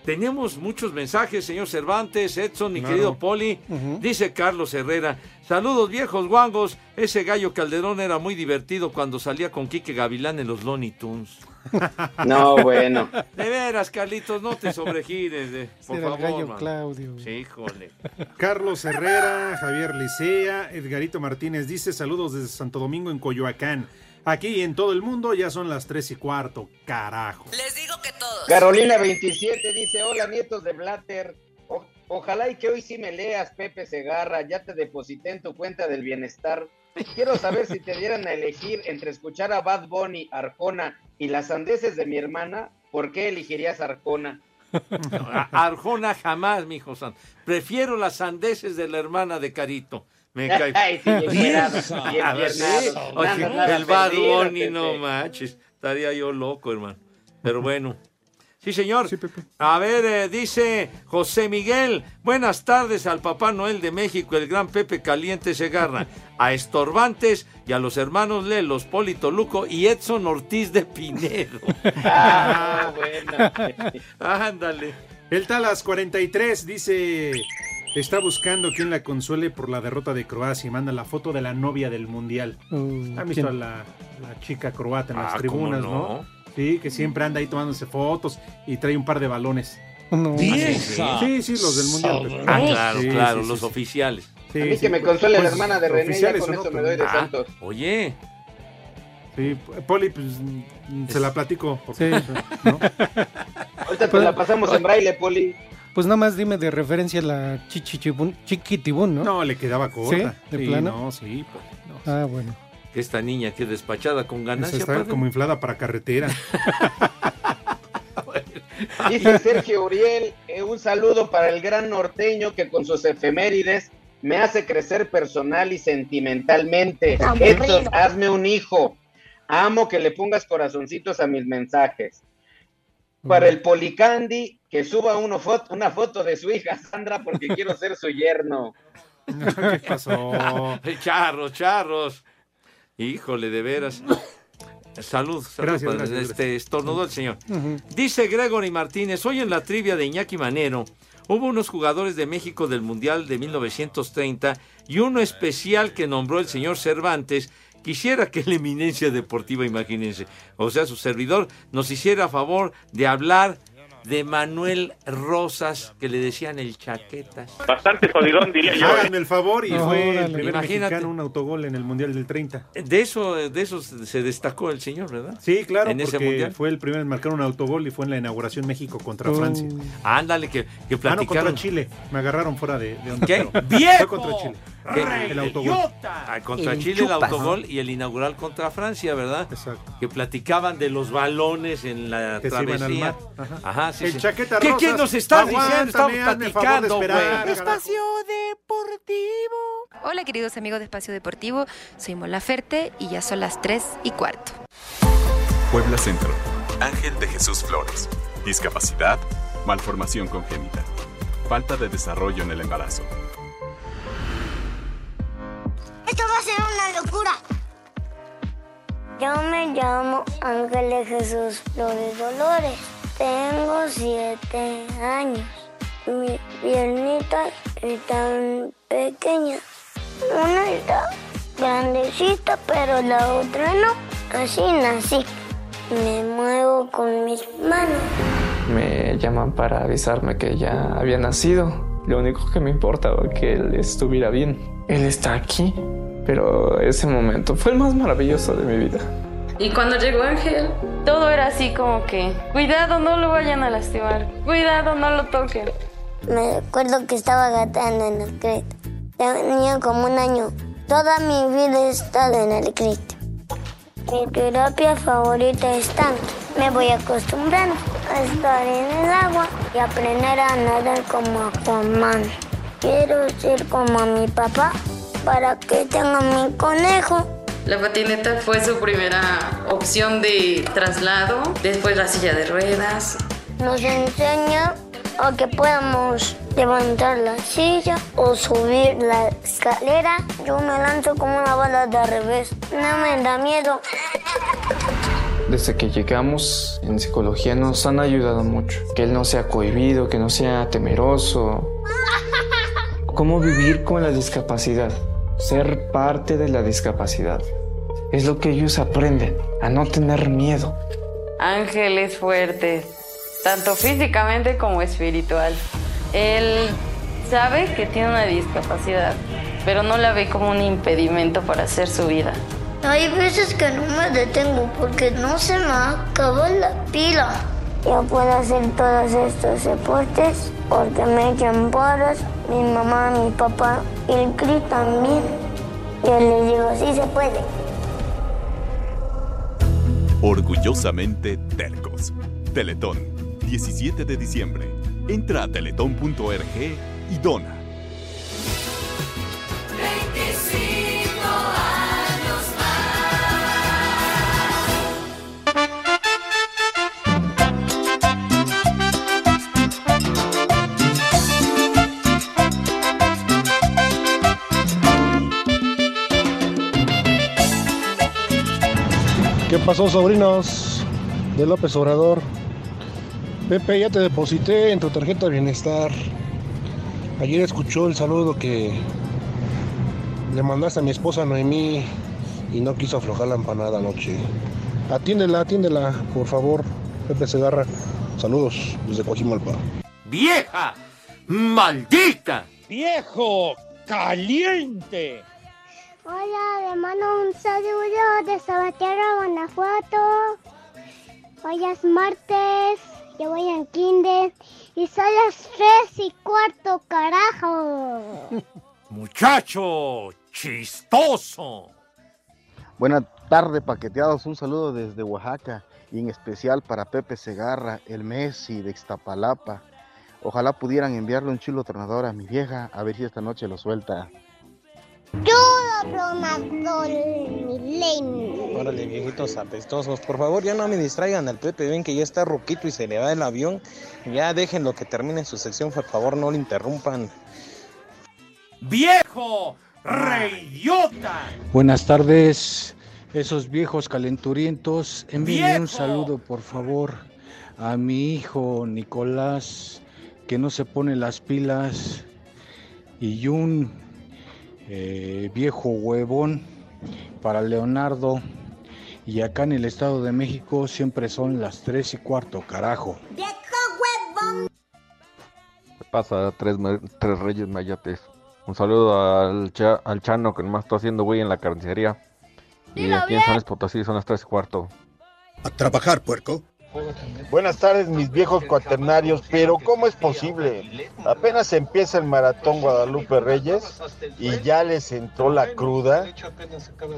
Speaker 3: Tenemos muchos mensajes, señor Cervantes, Edson, mi
Speaker 28: Claro.
Speaker 3: querido Poli. Dice Carlos Herrera. Saludos, viejos guangos. Ese gallo Calderón era muy divertido cuando salía con Quique Gavilán en los Looney Tunes.
Speaker 9: No, bueno.
Speaker 3: De veras, Carlitos, no te sobregires, de- por
Speaker 5: Era el
Speaker 3: favor.
Speaker 5: gallo
Speaker 3: mano.
Speaker 5: Claudio.
Speaker 3: Sí, híjole.
Speaker 8: Carlos Herrera, Javier Licea, Edgarito Martínez dice saludos desde Santo Domingo en Coyoacán. Aquí y en todo el mundo ya son las tres y cuarto, carajo.
Speaker 9: Carolina 27 dice, hola nietos de Blatter, O- ojalá y que hoy sí me leas, Pepe Segarra, ya te deposité en tu cuenta del bienestar. Quiero saber si te dieran a elegir entre escuchar a Bad Bunny, Arjona y las sandeces de mi hermana, ¿por qué elegirías Arjona?
Speaker 3: A- Arjona jamás, mi hijo santo. Prefiero las sandeces de la hermana de Carito. Me cae.
Speaker 9: Ay, sí, bien
Speaker 3: Bien.
Speaker 9: piernado, bien
Speaker 3: A ver,
Speaker 9: piernado.
Speaker 3: sí.
Speaker 9: Nada,
Speaker 3: Oye,
Speaker 9: nada
Speaker 3: el Bad
Speaker 9: perdido,
Speaker 3: Bunny, no
Speaker 9: Pepe.
Speaker 3: manches. Estaría yo loco, hermano. Pero bueno. Sí, señor. A ver, eh, dice José Miguel. Buenas tardes al Papá Noel de México, el gran Pepe Caliente Segarra, a Estorbantes y a los hermanos Lelos, Polito Luco y Edson Ortiz de Pinedo.
Speaker 9: Ah, bueno.
Speaker 3: Ándale.
Speaker 8: El Talas 43 dice, está buscando quien la consuele por la derrota de Croacia y manda la foto de la novia del Mundial.
Speaker 5: Uh,
Speaker 8: ¿Han visto
Speaker 5: ¿quién?
Speaker 8: a la, la chica croata en las
Speaker 3: Ah, ¿cómo
Speaker 8: tribunas,
Speaker 3: no?
Speaker 8: no? Sí, que siempre anda ahí tomándose fotos y trae un par de balones.
Speaker 5: No.
Speaker 9: ¡Vieja!
Speaker 8: Sí, sí, los del Mundial. pues.
Speaker 3: Ah, claro,
Speaker 8: Sí,
Speaker 3: claro,
Speaker 8: sí, sí,
Speaker 3: los
Speaker 8: sí.
Speaker 3: oficiales.
Speaker 8: Sí,
Speaker 9: A mí
Speaker 8: sí,
Speaker 9: que me
Speaker 8: pues,
Speaker 9: console la
Speaker 8: pues,
Speaker 9: hermana de René, ya
Speaker 8: oficiales
Speaker 9: con
Speaker 8: o no,
Speaker 9: eso me
Speaker 8: pero-
Speaker 9: doy de
Speaker 8: Ah,
Speaker 9: santos.
Speaker 3: Oye,
Speaker 8: Sí, Poli, pues mm, se la platico. por favor, ¿no?
Speaker 9: Ahorita te la pasamos en braille, Poli.
Speaker 5: Pues nada más dime de referencia la chichichibun, chiquitibun, ¿no?
Speaker 8: No, le quedaba corta.
Speaker 5: ¿Sí? ¿De plano?
Speaker 8: No, sí, pues, no.
Speaker 5: Ah, bueno.
Speaker 3: esta niña que despachada con
Speaker 8: Esa
Speaker 3: ganancia.
Speaker 8: está
Speaker 3: padre.
Speaker 8: como inflada para carretera.
Speaker 9: Dice Sergio Uriel, eh, un saludo para el gran norteño que con sus efemérides me hace crecer personal y sentimentalmente.
Speaker 4: Aburrido.
Speaker 9: Edson, hazme un hijo. Amo que le pongas corazoncitos a mis mensajes. Para el Policandi, que suba uno fo- una foto de su hija Sandra porque quiero ser su yerno.
Speaker 8: ¿Qué pasó?
Speaker 3: charros, charros. Híjole, de veras. Salud, salud.
Speaker 8: Gracias,
Speaker 3: padre.
Speaker 8: gracias,
Speaker 3: Este, estornudó el señor.
Speaker 5: Ujú.
Speaker 3: Dice Gregory Martínez, hoy en la trivia de Iñaki Manero hubo unos jugadores de México del Mundial de 1930 y uno especial que nombró el señor Cervantes. Quisiera que la eminencia deportiva, imagínense, o sea, su servidor, nos hiciera favor de hablar de Manuel Rosas, que le decían el chaquetas. Ah,
Speaker 15: Bastante jodidón, diría yo. ¿eh?
Speaker 8: Háganme el favor y fue el
Speaker 3: Órale.
Speaker 8: primer
Speaker 3: Imagínate.
Speaker 8: mexicano un autogol en el Mundial del 30.
Speaker 3: De eso, de eso se destacó el señor, ¿verdad?
Speaker 8: Sí, claro,
Speaker 3: En ese
Speaker 8: porque
Speaker 3: mundial.
Speaker 8: fue el primero en marcar un autogol y fue en la inauguración México contra
Speaker 5: Oh.
Speaker 8: Francia.
Speaker 3: Ándale, que, que
Speaker 8: Ah, no, contra
Speaker 3: platicaron.
Speaker 8: Chile. Me agarraron fuera de, de onda.
Speaker 3: ¿Qué?
Speaker 8: pero
Speaker 3: ¡Viejo!
Speaker 8: Fue contra Chile.
Speaker 3: ¿Qué?
Speaker 8: El autogol.
Speaker 3: Ah, contra
Speaker 8: El
Speaker 3: Chile el
Speaker 8: chupas,
Speaker 3: autogol y el inaugural contra Francia, ¿verdad?
Speaker 8: Exacto.
Speaker 3: Que platicaban de los balones en la
Speaker 8: Que se iban al
Speaker 3: travesía.
Speaker 8: mar. Ajá.
Speaker 3: Ajá, sí,
Speaker 8: El
Speaker 3: sí.
Speaker 8: chaqueta
Speaker 3: ¿Qué,
Speaker 8: Rosas,
Speaker 3: ¿Qué nos estás
Speaker 8: aguántame,
Speaker 3: diciendo? Estamos
Speaker 8: hazme favor de
Speaker 3: platicando, güey.
Speaker 8: esperar,
Speaker 6: Espacio Deportivo. Hola queridos amigos de Espacio Deportivo, soy Mola Ferte y ya son las 3 y cuarto.
Speaker 29: Puebla Centro. Ángel de Jesús Flores. Discapacidad, malformación congénita. Falta de desarrollo en el embarazo.
Speaker 30: Esto va a ser una locura. Yo me llamo Ángeles Jesús Flores Dolores. Tengo siete años. mis piernitas están pequeñas. Una está grandecita, pero la otra no. Así nací. Me muevo con mis manos.
Speaker 4: Me llaman para avisarme que ya había nacido. Lo único que me importaba que él estuviera bien. Él está aquí, pero ese momento fue el más maravilloso de mi vida.
Speaker 7: Y cuando llegó Ángel, todo era así como que, cuidado, no lo vayan a lastimar, cuidado, no lo toquen.
Speaker 30: Me acuerdo que estaba gatando en el crédito. Tenía como un año. Toda mi vida he estado en el crédito. Mi terapia favorita es tanque. Me voy acostumbrando a estar en el agua y aprender a nadar como Aquaman. Quiero ser como mi papá para que tenga mi conejo.
Speaker 7: La patineta fue su primera opción de traslado, después la silla de ruedas.
Speaker 30: Nos enseña a que podamos levantar la silla o subir la escalera. Yo me lanzo como una bala de revés. No me da miedo.
Speaker 4: Desde que llegamos en psicología nos han ayudado mucho. Que él no sea cohibido, que no sea temeroso. Cómo vivir con la discapacidad, ser parte de la discapacidad. Es lo que ellos aprenden, a no tener miedo.
Speaker 7: Ángel es fuerte, tanto físicamente como espiritual. Él sabe que tiene una discapacidad, pero no la ve como un impedimento para hacer su vida.
Speaker 30: Hay veces que no me detengo porque no se me acaba la pila. Yo puedo hacer todos estos deportes porque me echan porras, mi mamá, mi papá y el CRI también. Yo les digo, sí se puede.
Speaker 29: Orgullosamente tercos. Teletón, 17 de diciembre. Entra a teletón.org y dona.
Speaker 28: 25 años
Speaker 31: ¿Qué pasó, sobrinos de López Obrador? Pepe, ya te deposité en tu tarjeta de bienestar. Ayer escuchó el saludo que le mandaste a mi esposa Noemí y no quiso aflojar la empanada anoche. Atiéndela, atiéndela, por favor. Pepe Segarra, saludos desde Coajimalpa.
Speaker 3: ¡Vieja! ¡Maldita!
Speaker 32: ¡Viejo! ¡Caliente! Hola,
Speaker 30: le mando un saludo de Sabatierra, Guanajuato. Hoy es martes, yo voy en kinder y son las tres y cuarto, carajo.
Speaker 3: Muchacho, chistoso.
Speaker 33: Buena tarde, paqueteados. Un saludo desde Oaxaca y en especial para Pepe Segarra, el Messi de Ixtapalapa. Ojalá pudieran enviarle un chulo tronador a mi vieja, a ver si esta noche lo suelta.
Speaker 30: Todo tronador, milenio.
Speaker 9: Órale, viejitos apestosos, por favor, ya no me distraigan al Pepe, ven que ya está ruquito y se le va el avión. Ya dejen lo que termine su sección, por favor, no le interrumpan.
Speaker 3: ¡Viejo! ¡Reyota!
Speaker 34: Buenas tardes, esos viejos calenturientos. Envíen un saludo, por favor, a mi hijo Nicolás, que no se pone las pilas, y un eh, viejo huevón para Leonardo. Y acá en el Estado de México siempre son las tres y cuarto, carajo.
Speaker 2: ¿Qué pasa? Tres, ma- tres reyes mayates. Un saludo al, cha- al Chano que nomás está haciendo güey en la carnicería. Y aquí en San Luis Potosí son las tres y cuarto. A trabajar, puerco.
Speaker 35: Buenas tardes, mis viejos cuaternarios, pero ¿cómo es posible? Apenas empieza el maratón Guadalupe Reyes y ya les entró la cruda.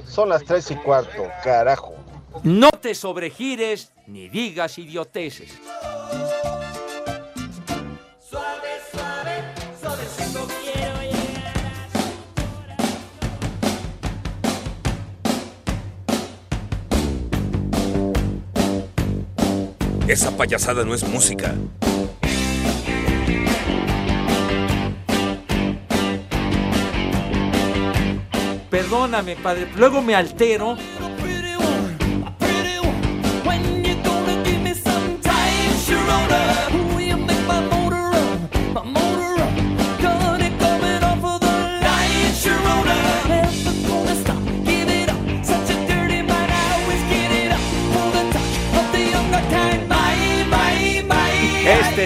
Speaker 35: Son las tres y cuarto, carajo.
Speaker 3: No te sobregires ni digas idioteces.
Speaker 28: Suave, suave, suavecito quiero llegar.
Speaker 15: Esa payasada no es música.
Speaker 3: Perdóname, padre. Luego me altero.
Speaker 28: When you gonna give me some time, Sharona? Will you make my motor run? My motor
Speaker 3: Lista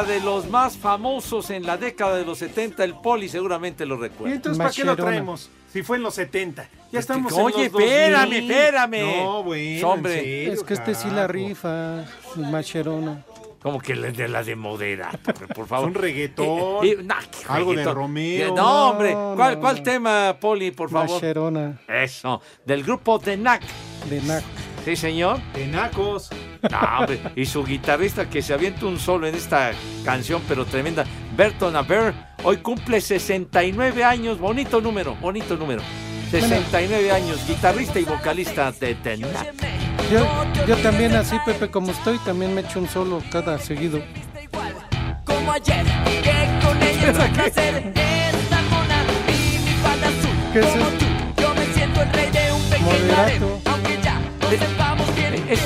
Speaker 3: Este de los más famosos en la década de los 70. El Poli seguramente lo recuerda.
Speaker 8: ¿Y entonces para qué lo traemos? Si fue en los 70. Ya estamos en
Speaker 3: Oye,
Speaker 8: los 2000.
Speaker 3: espérame, espérame.
Speaker 8: No, bueno,
Speaker 3: Hombre.
Speaker 8: en serio,
Speaker 5: Es que este sí la rifa, el macherona.
Speaker 3: Como que la- de la de modera, por, por favor.
Speaker 8: Es un reggaetón.
Speaker 3: Eh, eh, nah, ¿qué
Speaker 8: Algo de
Speaker 3: reggaetón?
Speaker 8: Romeo.
Speaker 3: Eh, No, hombre.
Speaker 8: No,
Speaker 3: ¿Cuál,
Speaker 8: no.
Speaker 3: cuál tema, Poli, por favor?
Speaker 5: Macherona.
Speaker 3: Eso. Del grupo de NAC.
Speaker 5: De NAC.
Speaker 3: Sí, señor.
Speaker 8: De Nacos.
Speaker 3: No, hombre, y su guitarrista que se avienta un solo en esta canción, pero tremenda. Berton Aber, hoy cumple 69 años. Bonito número, bonito número. 69 años, guitarrista y vocalista de The Knack.
Speaker 5: Yo, yo también así, Pepe, como estoy, también me echo un solo cada seguido.
Speaker 28: Como ayer, que con ella es un placer Esta mona y mi falda azul
Speaker 5: ¿Qué es
Speaker 28: Como tú, yo me siento el rey de un pequeño harem Aunque ya no sepamos quién es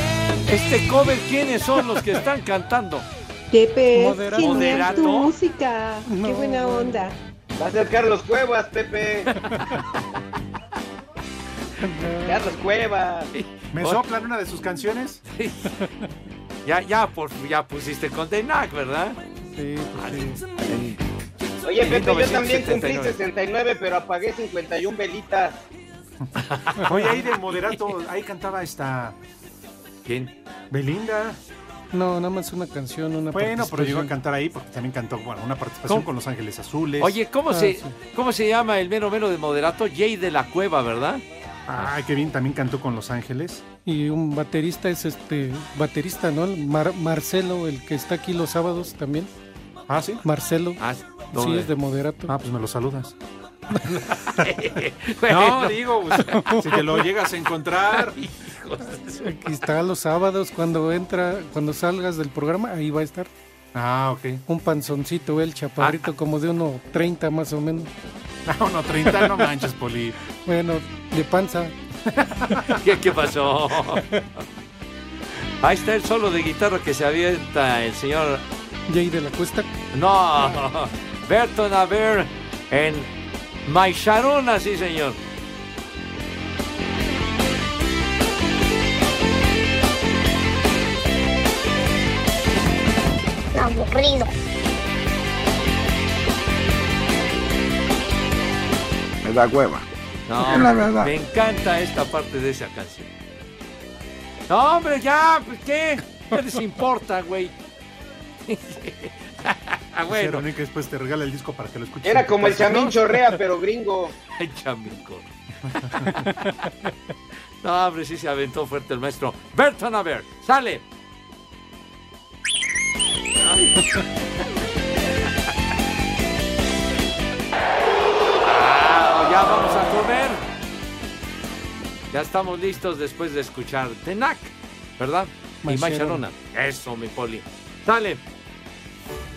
Speaker 3: Este cover, ¿quiénes son los que están cantando?
Speaker 27: Pepe, es
Speaker 3: Moderato.
Speaker 27: genial
Speaker 3: Moderato.
Speaker 27: tu música. Qué buena onda.
Speaker 9: Va a ser Carlos Cuevas, Pepe. Carlos Cuevas.
Speaker 8: ¿Me
Speaker 3: Oye.
Speaker 8: soplan una de sus canciones?
Speaker 3: Ya, ya, por, ya pusiste con The Knack, ¿verdad?
Speaker 5: Sí,
Speaker 9: Oye, Pepe, yo también cumplí 69, pero apagué 51 velitas.
Speaker 8: Oye, ahí de moderato, ahí cantaba esta.
Speaker 3: ¿Quién?
Speaker 8: Belinda.
Speaker 5: No, nada más una canción, una
Speaker 8: Bueno, pero llegó a
Speaker 5: participación.
Speaker 8: cantar ahí porque también cantó, bueno, una participación
Speaker 3: ¿Cómo?
Speaker 8: con Los Ángeles Azules.
Speaker 3: Oye, ¿cómo,
Speaker 8: Ah,
Speaker 3: se,
Speaker 8: sí.
Speaker 3: ¿cómo se llama el mero mero de moderato? Jay de la Cueva, ¿verdad?
Speaker 8: Ay, Ah, qué bien, también cantó con Los Ángeles.
Speaker 5: Y un baterista es este, baterista, ¿no? El Mar- Marcelo, el que está aquí los sábados también.
Speaker 8: Ah, sí.
Speaker 5: Marcelo.
Speaker 3: Ah,
Speaker 5: Sí,
Speaker 8: ¿dónde?
Speaker 5: es de moderato.
Speaker 8: Ah, pues me lo saludas.
Speaker 3: Bueno.
Speaker 8: No, digo, pues, si te lo llegas a encontrar.
Speaker 5: Aquí está los sábados, cuando entra, cuando salgas del programa, ahí va a estar.
Speaker 8: Ah, ok.
Speaker 5: Un panzoncito, el chaparrito, como de 1.30 más o menos.
Speaker 8: Ah, 1.30, no manches, pues. Poli.
Speaker 5: Bueno, de panza.
Speaker 3: ¿Qué, qué pasó? Ahí está el solo de guitarra que se avienta el señor.
Speaker 5: Jay de la Cuesta.
Speaker 3: No, Berton Aver en My Sharona, sí, señor.
Speaker 30: Aburrido.
Speaker 1: Me da hueva.
Speaker 3: No,
Speaker 1: Es la verdad.
Speaker 3: me encanta esta parte de esa canción. No, hombre, ya, pues, ¿qué? ¿Qué les importa, güey? Ah, bueno.
Speaker 8: Verónica después te regala el disco para que lo escuches.
Speaker 9: Era como el chamín
Speaker 8: chamín
Speaker 9: chorrea, pero gringo.
Speaker 3: El chamín corre. No, hombre, sí se aventó fuerte el maestro. Berton Aver, sale. Ah, ya vamos a comer. Ya estamos listos después de escuchar Tenac, ¿verdad? Y
Speaker 5: Maicharona.
Speaker 3: Maicharona. Eso, mi poli. Sale.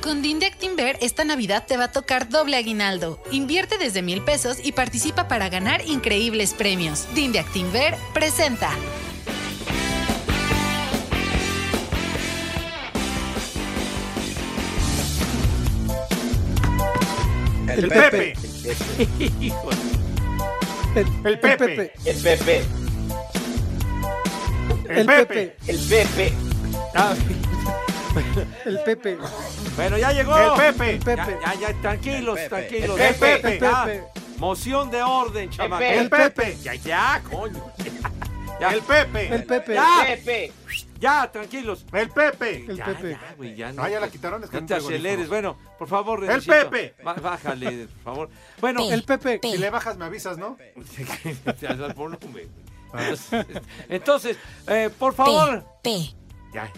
Speaker 13: Con DIN de Actinver, esta Navidad te va a tocar doble aguinaldo. Invierte desde mil pesos y participa para ganar increíbles premios. DIN de Actinver presenta.
Speaker 8: El Pepe.
Speaker 3: Híjole.
Speaker 8: El Pepe.
Speaker 9: El Pepe.
Speaker 8: El Pepe.
Speaker 9: El Pepe.
Speaker 3: Ah.
Speaker 5: El Pepe.
Speaker 3: Bueno, ya llegó.
Speaker 5: El Pepe. El
Speaker 3: Pepe. Ya, ya, ya, tranquilos, tranquilos.
Speaker 5: El Pepe. El Pepe.
Speaker 3: Ya. Moción de orden, chamaco.
Speaker 5: Pepe. El Pepe.
Speaker 3: Ya, ya, coño. Ya.
Speaker 8: El Pepe.
Speaker 5: El Pepe.
Speaker 3: Ya.
Speaker 5: El
Speaker 3: Ya, tranquilos.
Speaker 8: El Pepe.
Speaker 5: El
Speaker 3: ya,
Speaker 5: Pepe.
Speaker 3: Ya, güey, ya no.
Speaker 8: Ah, ya la quitaron, es que
Speaker 3: no
Speaker 8: no
Speaker 3: te
Speaker 8: traigo el
Speaker 3: aceleres. Bueno, por favor,
Speaker 8: El
Speaker 3: Rencito,
Speaker 8: Pepe.
Speaker 3: ba- Bájale, por favor. Bueno,
Speaker 5: El Pepe.
Speaker 8: Si le bajas, me avisas, ¿no?
Speaker 3: Te das volumen,
Speaker 8: Ah.
Speaker 3: güey. Entonces, eh, por favor. Ya,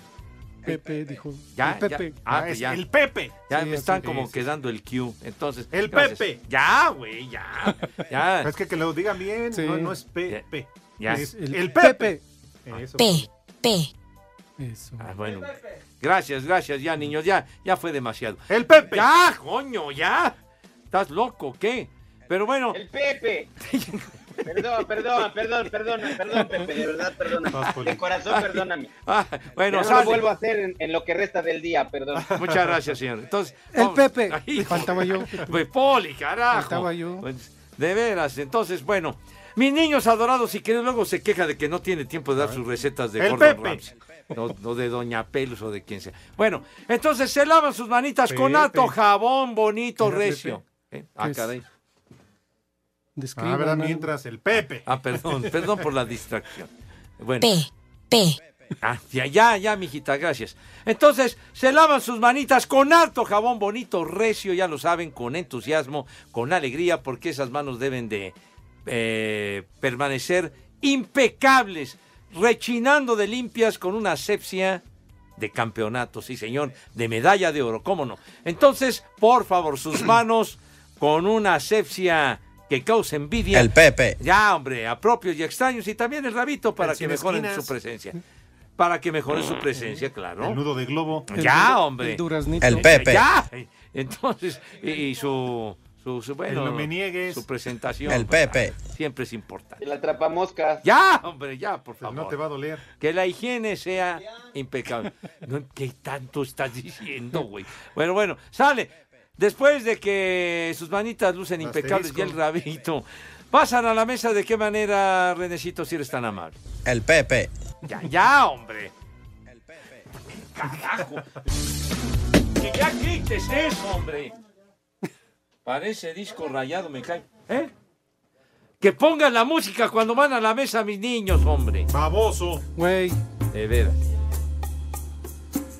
Speaker 5: Pepe dijo.
Speaker 3: ya,
Speaker 5: el Pepe.
Speaker 3: ya. Ah, pues ya.
Speaker 8: Pepe.
Speaker 3: Ya
Speaker 5: Sí,
Speaker 3: me
Speaker 5: así
Speaker 3: están
Speaker 5: es,
Speaker 3: como
Speaker 5: sí,
Speaker 3: quedando el cue. Entonces.
Speaker 8: El
Speaker 3: gracias.
Speaker 8: Pepe.
Speaker 3: Ya, güey, ya. Ya.
Speaker 8: Es que que lo digan bien,
Speaker 3: Sí.
Speaker 8: no, no es Pepe.
Speaker 3: Ya.
Speaker 8: Es
Speaker 3: El
Speaker 8: el,
Speaker 3: Pepe.
Speaker 8: Pepe. Eso.
Speaker 13: P.
Speaker 3: Ah, bueno. Gracias, gracias, ya, niños, ya, ya fue demasiado.
Speaker 8: ¡El Pepe!
Speaker 3: ¡Ya, coño, ya! ¿Estás loco, qué? Pero bueno,
Speaker 9: El Pepe. Perdón, perdón, perdón, perdón, perdón, Pepe, de verdad, perdóname. De corazón, perdóname.
Speaker 3: ah, bueno,
Speaker 9: Bueno, no
Speaker 3: sale.
Speaker 9: lo vuelvo a hacer en, en lo que resta del día, perdón.
Speaker 3: Muchas gracias, señor. Entonces,
Speaker 5: El Pepe.
Speaker 3: Ahí,
Speaker 5: Faltaba yo.
Speaker 3: Pues, Poli, carajo.
Speaker 5: Faltaba yo.
Speaker 3: Pues, de veras, entonces, bueno. Mis niños adorados y que luego se queja de que no tiene tiempo de dar sus recetas de
Speaker 8: El
Speaker 3: Gordon
Speaker 8: Pepe.
Speaker 3: Ramsay. o, o de Doña Pelos o de quien sea. Bueno, entonces se lavan sus manitas con
Speaker 8: Pepe.
Speaker 3: ato, jabón bonito,
Speaker 8: Mira, Pepe.
Speaker 3: recio. ¿Eh? Ah,
Speaker 8: ¿Qué es?
Speaker 3: caray.
Speaker 8: Ah, ¿verdad? mientras el Pepe.
Speaker 3: Ah, perdón, perdón por la distracción. Bueno.
Speaker 8: Pe,
Speaker 3: Ah, ya, ya, ya, mijita, gracias. Entonces, se lavan sus manitas con harto jabón bonito, recio, ya lo saben, con entusiasmo, con alegría, porque esas manos deben de eh, permanecer impecables, rechinando de limpias con una asepsia de campeonato, sí señor, de medalla de oro, cómo no. Entonces, por favor, sus manos con una asepsia que cause envidia.
Speaker 2: El Pepe.
Speaker 3: Ya, hombre, a propios y extraños y también el rabito para
Speaker 8: El
Speaker 3: que
Speaker 8: sin
Speaker 3: mejoren
Speaker 8: esquinas.
Speaker 3: su presencia. Para que mejore su presencia, claro.
Speaker 8: El nudo de globo.
Speaker 3: ya,
Speaker 8: El nudo-
Speaker 3: hombre.
Speaker 8: el duraznito.
Speaker 3: Eh,
Speaker 8: El Pepe.
Speaker 3: Ya. Entonces, y, y su, su, su- bueno,
Speaker 8: El no me niegues.
Speaker 3: su presentación.
Speaker 2: El
Speaker 3: ¿verdad?
Speaker 2: Pepe.
Speaker 3: Siempre es importante.
Speaker 9: El atrapamoscas.
Speaker 3: Ya, hombre, ya, por favor.
Speaker 8: Pues No te va a doler.
Speaker 3: Que la higiene sea impecable. No, ¿Qué tanto estás diciendo, güey? Bueno, bueno, sale. Después de que sus manitas lucen impecables y el
Speaker 2: Asterisco.
Speaker 3: rabito, pasan a la mesa. ¿De qué manera, Renecito, si eres tan amable?
Speaker 2: El Pepe.
Speaker 3: Ya, ya, hombre. Carajo. que ya quites eso, hombre. Parece disco rayado, me cae. ¿Eh? Que pongan la música cuando van a la mesa, mis niños, hombre.
Speaker 8: Baboso.
Speaker 3: Güey. De veras.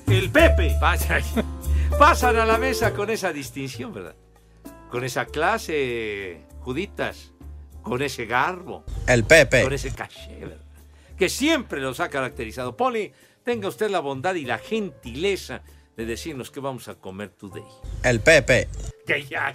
Speaker 8: El Pepe.
Speaker 3: Pasan, pasan a la mesa con esa distinción, ¿verdad? Con esa clase, Juditas. Con ese garbo.
Speaker 2: El Pepe.
Speaker 3: Con ese caché, ¿verdad? Que siempre los ha caracterizado. Poli, tenga usted la bondad y la gentileza de decirnos qué vamos a comer today.
Speaker 2: El Pepe.
Speaker 3: Que ya.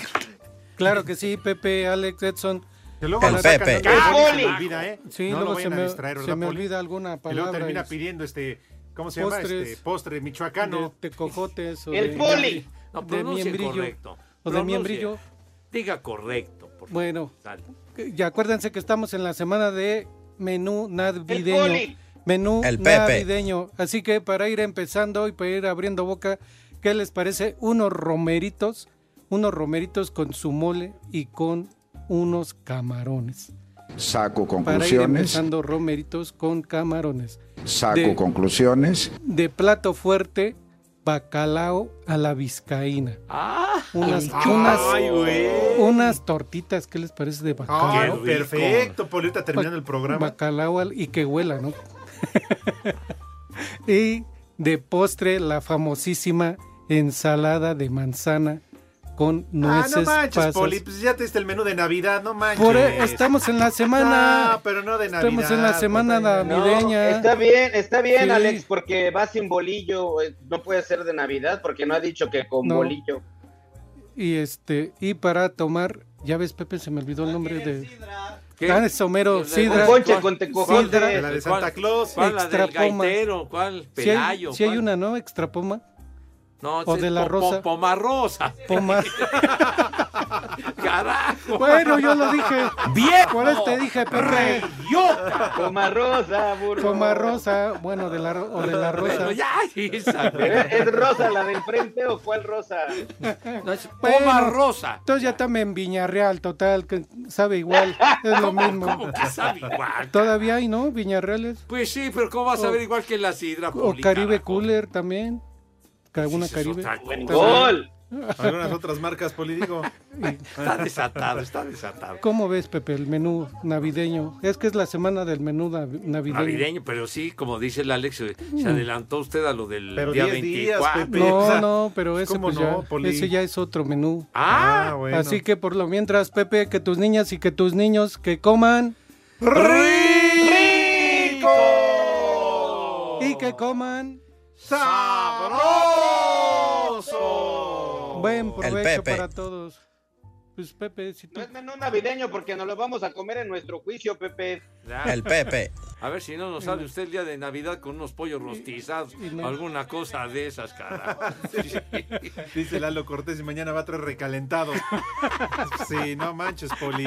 Speaker 5: Claro que sí, Pepe, Alex, Edson.
Speaker 8: Que
Speaker 2: luego El la sacan Pepe.
Speaker 8: luego se le olvida, ¿eh?
Speaker 5: Sí,
Speaker 8: No lo
Speaker 5: luego se
Speaker 8: vayan a
Speaker 5: me,
Speaker 8: distraer,
Speaker 5: se
Speaker 8: ¿verdad,
Speaker 5: me
Speaker 8: Poli?
Speaker 5: olvida alguna
Speaker 8: Y luego
Speaker 5: palabra.
Speaker 8: termina
Speaker 5: y-
Speaker 8: pidiendo este, ¿cómo se llama?
Speaker 5: Postres.
Speaker 8: Este postre michoacano.
Speaker 5: De, de cojotes. o
Speaker 8: El
Speaker 5: de-
Speaker 8: Poli.
Speaker 3: No,
Speaker 5: de
Speaker 3: pronuncie
Speaker 5: miembrillo.
Speaker 3: correcto.
Speaker 5: O de
Speaker 3: Pronuncie.
Speaker 5: miembrillo.
Speaker 3: Diga correcto, por favor.
Speaker 5: Bueno.
Speaker 3: Sale.
Speaker 5: Y acuérdense que estamos en la semana de menú navideño.
Speaker 3: poli.
Speaker 5: Menú
Speaker 2: El Pepe.
Speaker 5: navideño. Así que para ir empezando y para ir abriendo boca, ¿qué les parece? Unos romeritos, unos romeritos con su mole y con unos camarones.
Speaker 1: Saco
Speaker 5: Para ir
Speaker 1: conclusiones.
Speaker 5: empezando romeritos con camarones.
Speaker 1: Saco
Speaker 5: de-
Speaker 1: conclusiones.
Speaker 5: De plato fuerte, bacalao a la vizcaína. Unas,
Speaker 8: Ah. ay,
Speaker 5: unas,
Speaker 8: güey.
Speaker 5: unas tortitas, ¿qué les parece de
Speaker 8: Ah,
Speaker 5: bacalao?
Speaker 8: perfecto, Poli, ahorita terminando el programa.
Speaker 5: Bacalao al- y que huela, ¿no? y de postre la famosísima ensalada de manzana con
Speaker 8: Ah,
Speaker 5: nueces,
Speaker 8: no manches,
Speaker 5: pasas.
Speaker 8: Poli, pues ya te diste el menú de Navidad, no manches.
Speaker 5: Por- e- estamos en la semana.
Speaker 8: No, pero no de Navidad. pues,
Speaker 5: estamos en la semana
Speaker 9: No,
Speaker 5: navideña.
Speaker 9: está bien, está bien,
Speaker 5: Sí.
Speaker 9: Alex, porque va sin bolillo. eh, No puede ser de Navidad porque no ha dicho que con
Speaker 5: No.
Speaker 9: bolillo.
Speaker 5: Y este, y para tomar, ya ves, Pepe, se me olvidó el nombre de.
Speaker 3: ¿Qué?
Speaker 5: Ah, es Homero,
Speaker 3: ¿Cuál-
Speaker 5: sidra.
Speaker 3: cuál- cuál-
Speaker 8: La de Santa
Speaker 3: cuál-
Speaker 8: Claus.
Speaker 3: ¿Cuál la del
Speaker 5: Extrapoma.
Speaker 3: gaitero? ¿Cuál
Speaker 5: Si hay-
Speaker 3: pelayo?
Speaker 5: si hay,
Speaker 3: ¿Cuál?
Speaker 5: una, ¿no? Extrapoma.
Speaker 3: No,
Speaker 5: o
Speaker 3: es
Speaker 5: de la
Speaker 3: po-
Speaker 5: rosa.
Speaker 3: po- Pomarrosa.
Speaker 5: Poma.
Speaker 3: Carajo.
Speaker 5: Bueno, yo lo dije.
Speaker 3: Bien.
Speaker 5: Por eso te dije, Pepe.
Speaker 9: Toma rosa, burro.
Speaker 5: Toma rosa, bueno, de la, ro- o de la rosa.
Speaker 3: Bueno, ya, esa, güey.
Speaker 9: ¿Eh? ¿Es es rosa la de enfrente o cuál rosa?
Speaker 3: No, es
Speaker 5: Bueno,
Speaker 3: Pomarrosa.
Speaker 5: Entonces ya también en Viñarreal, total, que sabe igual, es lo mismo.
Speaker 3: ¿Cómo que sabe igual?
Speaker 5: Todavía hay, ¿no? Viñarreales.
Speaker 3: Pues sí, pero ¿cómo vas a
Speaker 5: O-
Speaker 3: ver igual que la sidra?
Speaker 5: O
Speaker 3: Poli,
Speaker 5: Caribe
Speaker 3: carajo?
Speaker 5: Cooler también. Alguna
Speaker 3: Esa es
Speaker 5: Caribe.
Speaker 3: otra cosa.
Speaker 5: Entonces,
Speaker 8: Algunas otras marcas, Poli, digo.
Speaker 3: Está desatado, está desatado.
Speaker 5: ¿Cómo ves, Pepe, el menú navideño? Es que es la semana del menú nav- navideño. Mm.
Speaker 3: Navideño, pero sí, como dice el Alex, se se adelantó usted a lo del
Speaker 8: Pero
Speaker 3: día
Speaker 8: 10 días,
Speaker 3: 24.
Speaker 8: Pepe.
Speaker 5: No,
Speaker 8: O sea,
Speaker 5: no, pero ese,
Speaker 8: ¿cómo
Speaker 5: pues, ya,
Speaker 8: no, Poli?
Speaker 5: ese ya es otro menú.
Speaker 3: Ah,
Speaker 8: Ah, bueno.
Speaker 5: Así que por lo mientras, Pepe, que tus niñas y que tus niños que coman
Speaker 8: ¡Rico!
Speaker 5: y que coman
Speaker 8: ¡Sabroso!
Speaker 5: buen provecho
Speaker 2: Pepe.
Speaker 5: para todos. Pues Pepe, si tú...
Speaker 9: No es menú navideño porque nos lo vamos a comer en nuestro juicio, Pepe.
Speaker 3: Ya.
Speaker 2: El Pepe.
Speaker 3: A ver si no nos sale usted el día de Navidad con unos pollos rostizados,
Speaker 5: no.
Speaker 3: alguna cosa de esas, carajo.
Speaker 8: Dice Lalo Cortés y mañana va a traer recalentado. Sí, no manches, Poli.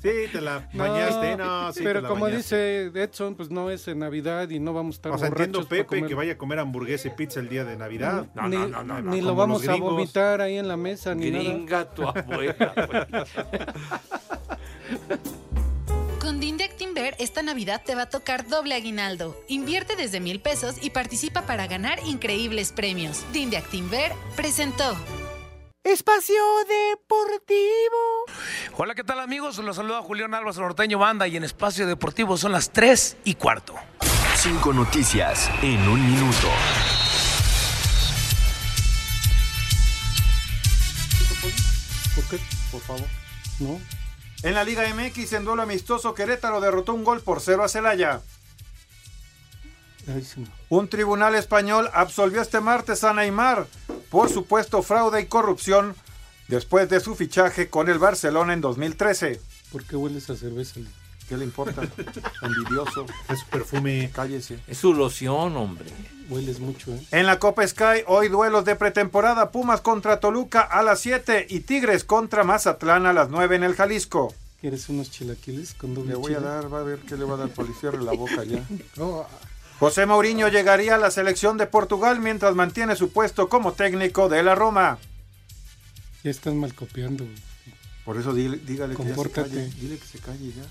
Speaker 8: Sí, te la
Speaker 5: No,
Speaker 8: bañaste, no, sí. te
Speaker 5: pero
Speaker 8: la
Speaker 5: como
Speaker 8: bañaste.
Speaker 5: dice Edson, pues no es en Navidad y no vamos a estar
Speaker 8: O sea, entiendo
Speaker 5: borrachos para
Speaker 8: Pepe
Speaker 5: comer.
Speaker 8: que vaya a comer hamburguesa y pizza el día de Navidad.
Speaker 5: ni, ni lo
Speaker 8: como los
Speaker 5: vamos a
Speaker 8: gringos.
Speaker 5: vomitar ahí en la mesa ni nada.
Speaker 3: Gringa tu abuela, güey.
Speaker 13: Con Dindec Timber esta Navidad te va a tocar doble aguinaldo. Invierte desde mil pesos y participa para ganar increíbles premios. Dindec Timber presentó.
Speaker 4: Espacio Deportivo.
Speaker 36: Hola, ¿qué tal amigos? Los saluda Julián Álvarez Norteño Banda y en Espacio Deportivo son las 3 y cuarto.
Speaker 6: Cinco noticias en un minuto.
Speaker 5: ¿Por qué? Por favor. No.
Speaker 8: En la Liga MX, en duelo amistoso, Querétaro derrotó un gol por cero a Celaya.
Speaker 5: Ay, sí, no.
Speaker 8: Un tribunal español absolvió este martes a Neymar por supuesto fraude y corrupción después de su fichaje con el Barcelona en 2013.
Speaker 5: ¿Por qué hueles a cerveza?
Speaker 8: ¿Qué le importa? Envidioso.
Speaker 5: Es perfume.
Speaker 8: Cállese.
Speaker 3: Es su loción, hombre.
Speaker 5: Hueles mucho, ¿eh?
Speaker 8: En la Copa Sky, hoy duelos de pretemporada: Pumas contra Toluca a las 7 y Tigres contra Mazatlán a las 9 en el Jalisco.
Speaker 5: ¿Quieres unos chilaquiles con doble
Speaker 8: Le voy a
Speaker 5: chile?
Speaker 8: dar, va a ver qué le va a dar policía la boca ya. José Mourinho llegaría a la selección de Portugal mientras mantiene su puesto como técnico de la Roma.
Speaker 5: Ya están mal copiando. güey.
Speaker 8: Por eso dile- dígale que ya se
Speaker 5: Compórtate.
Speaker 8: calle. Dile que se calle ya.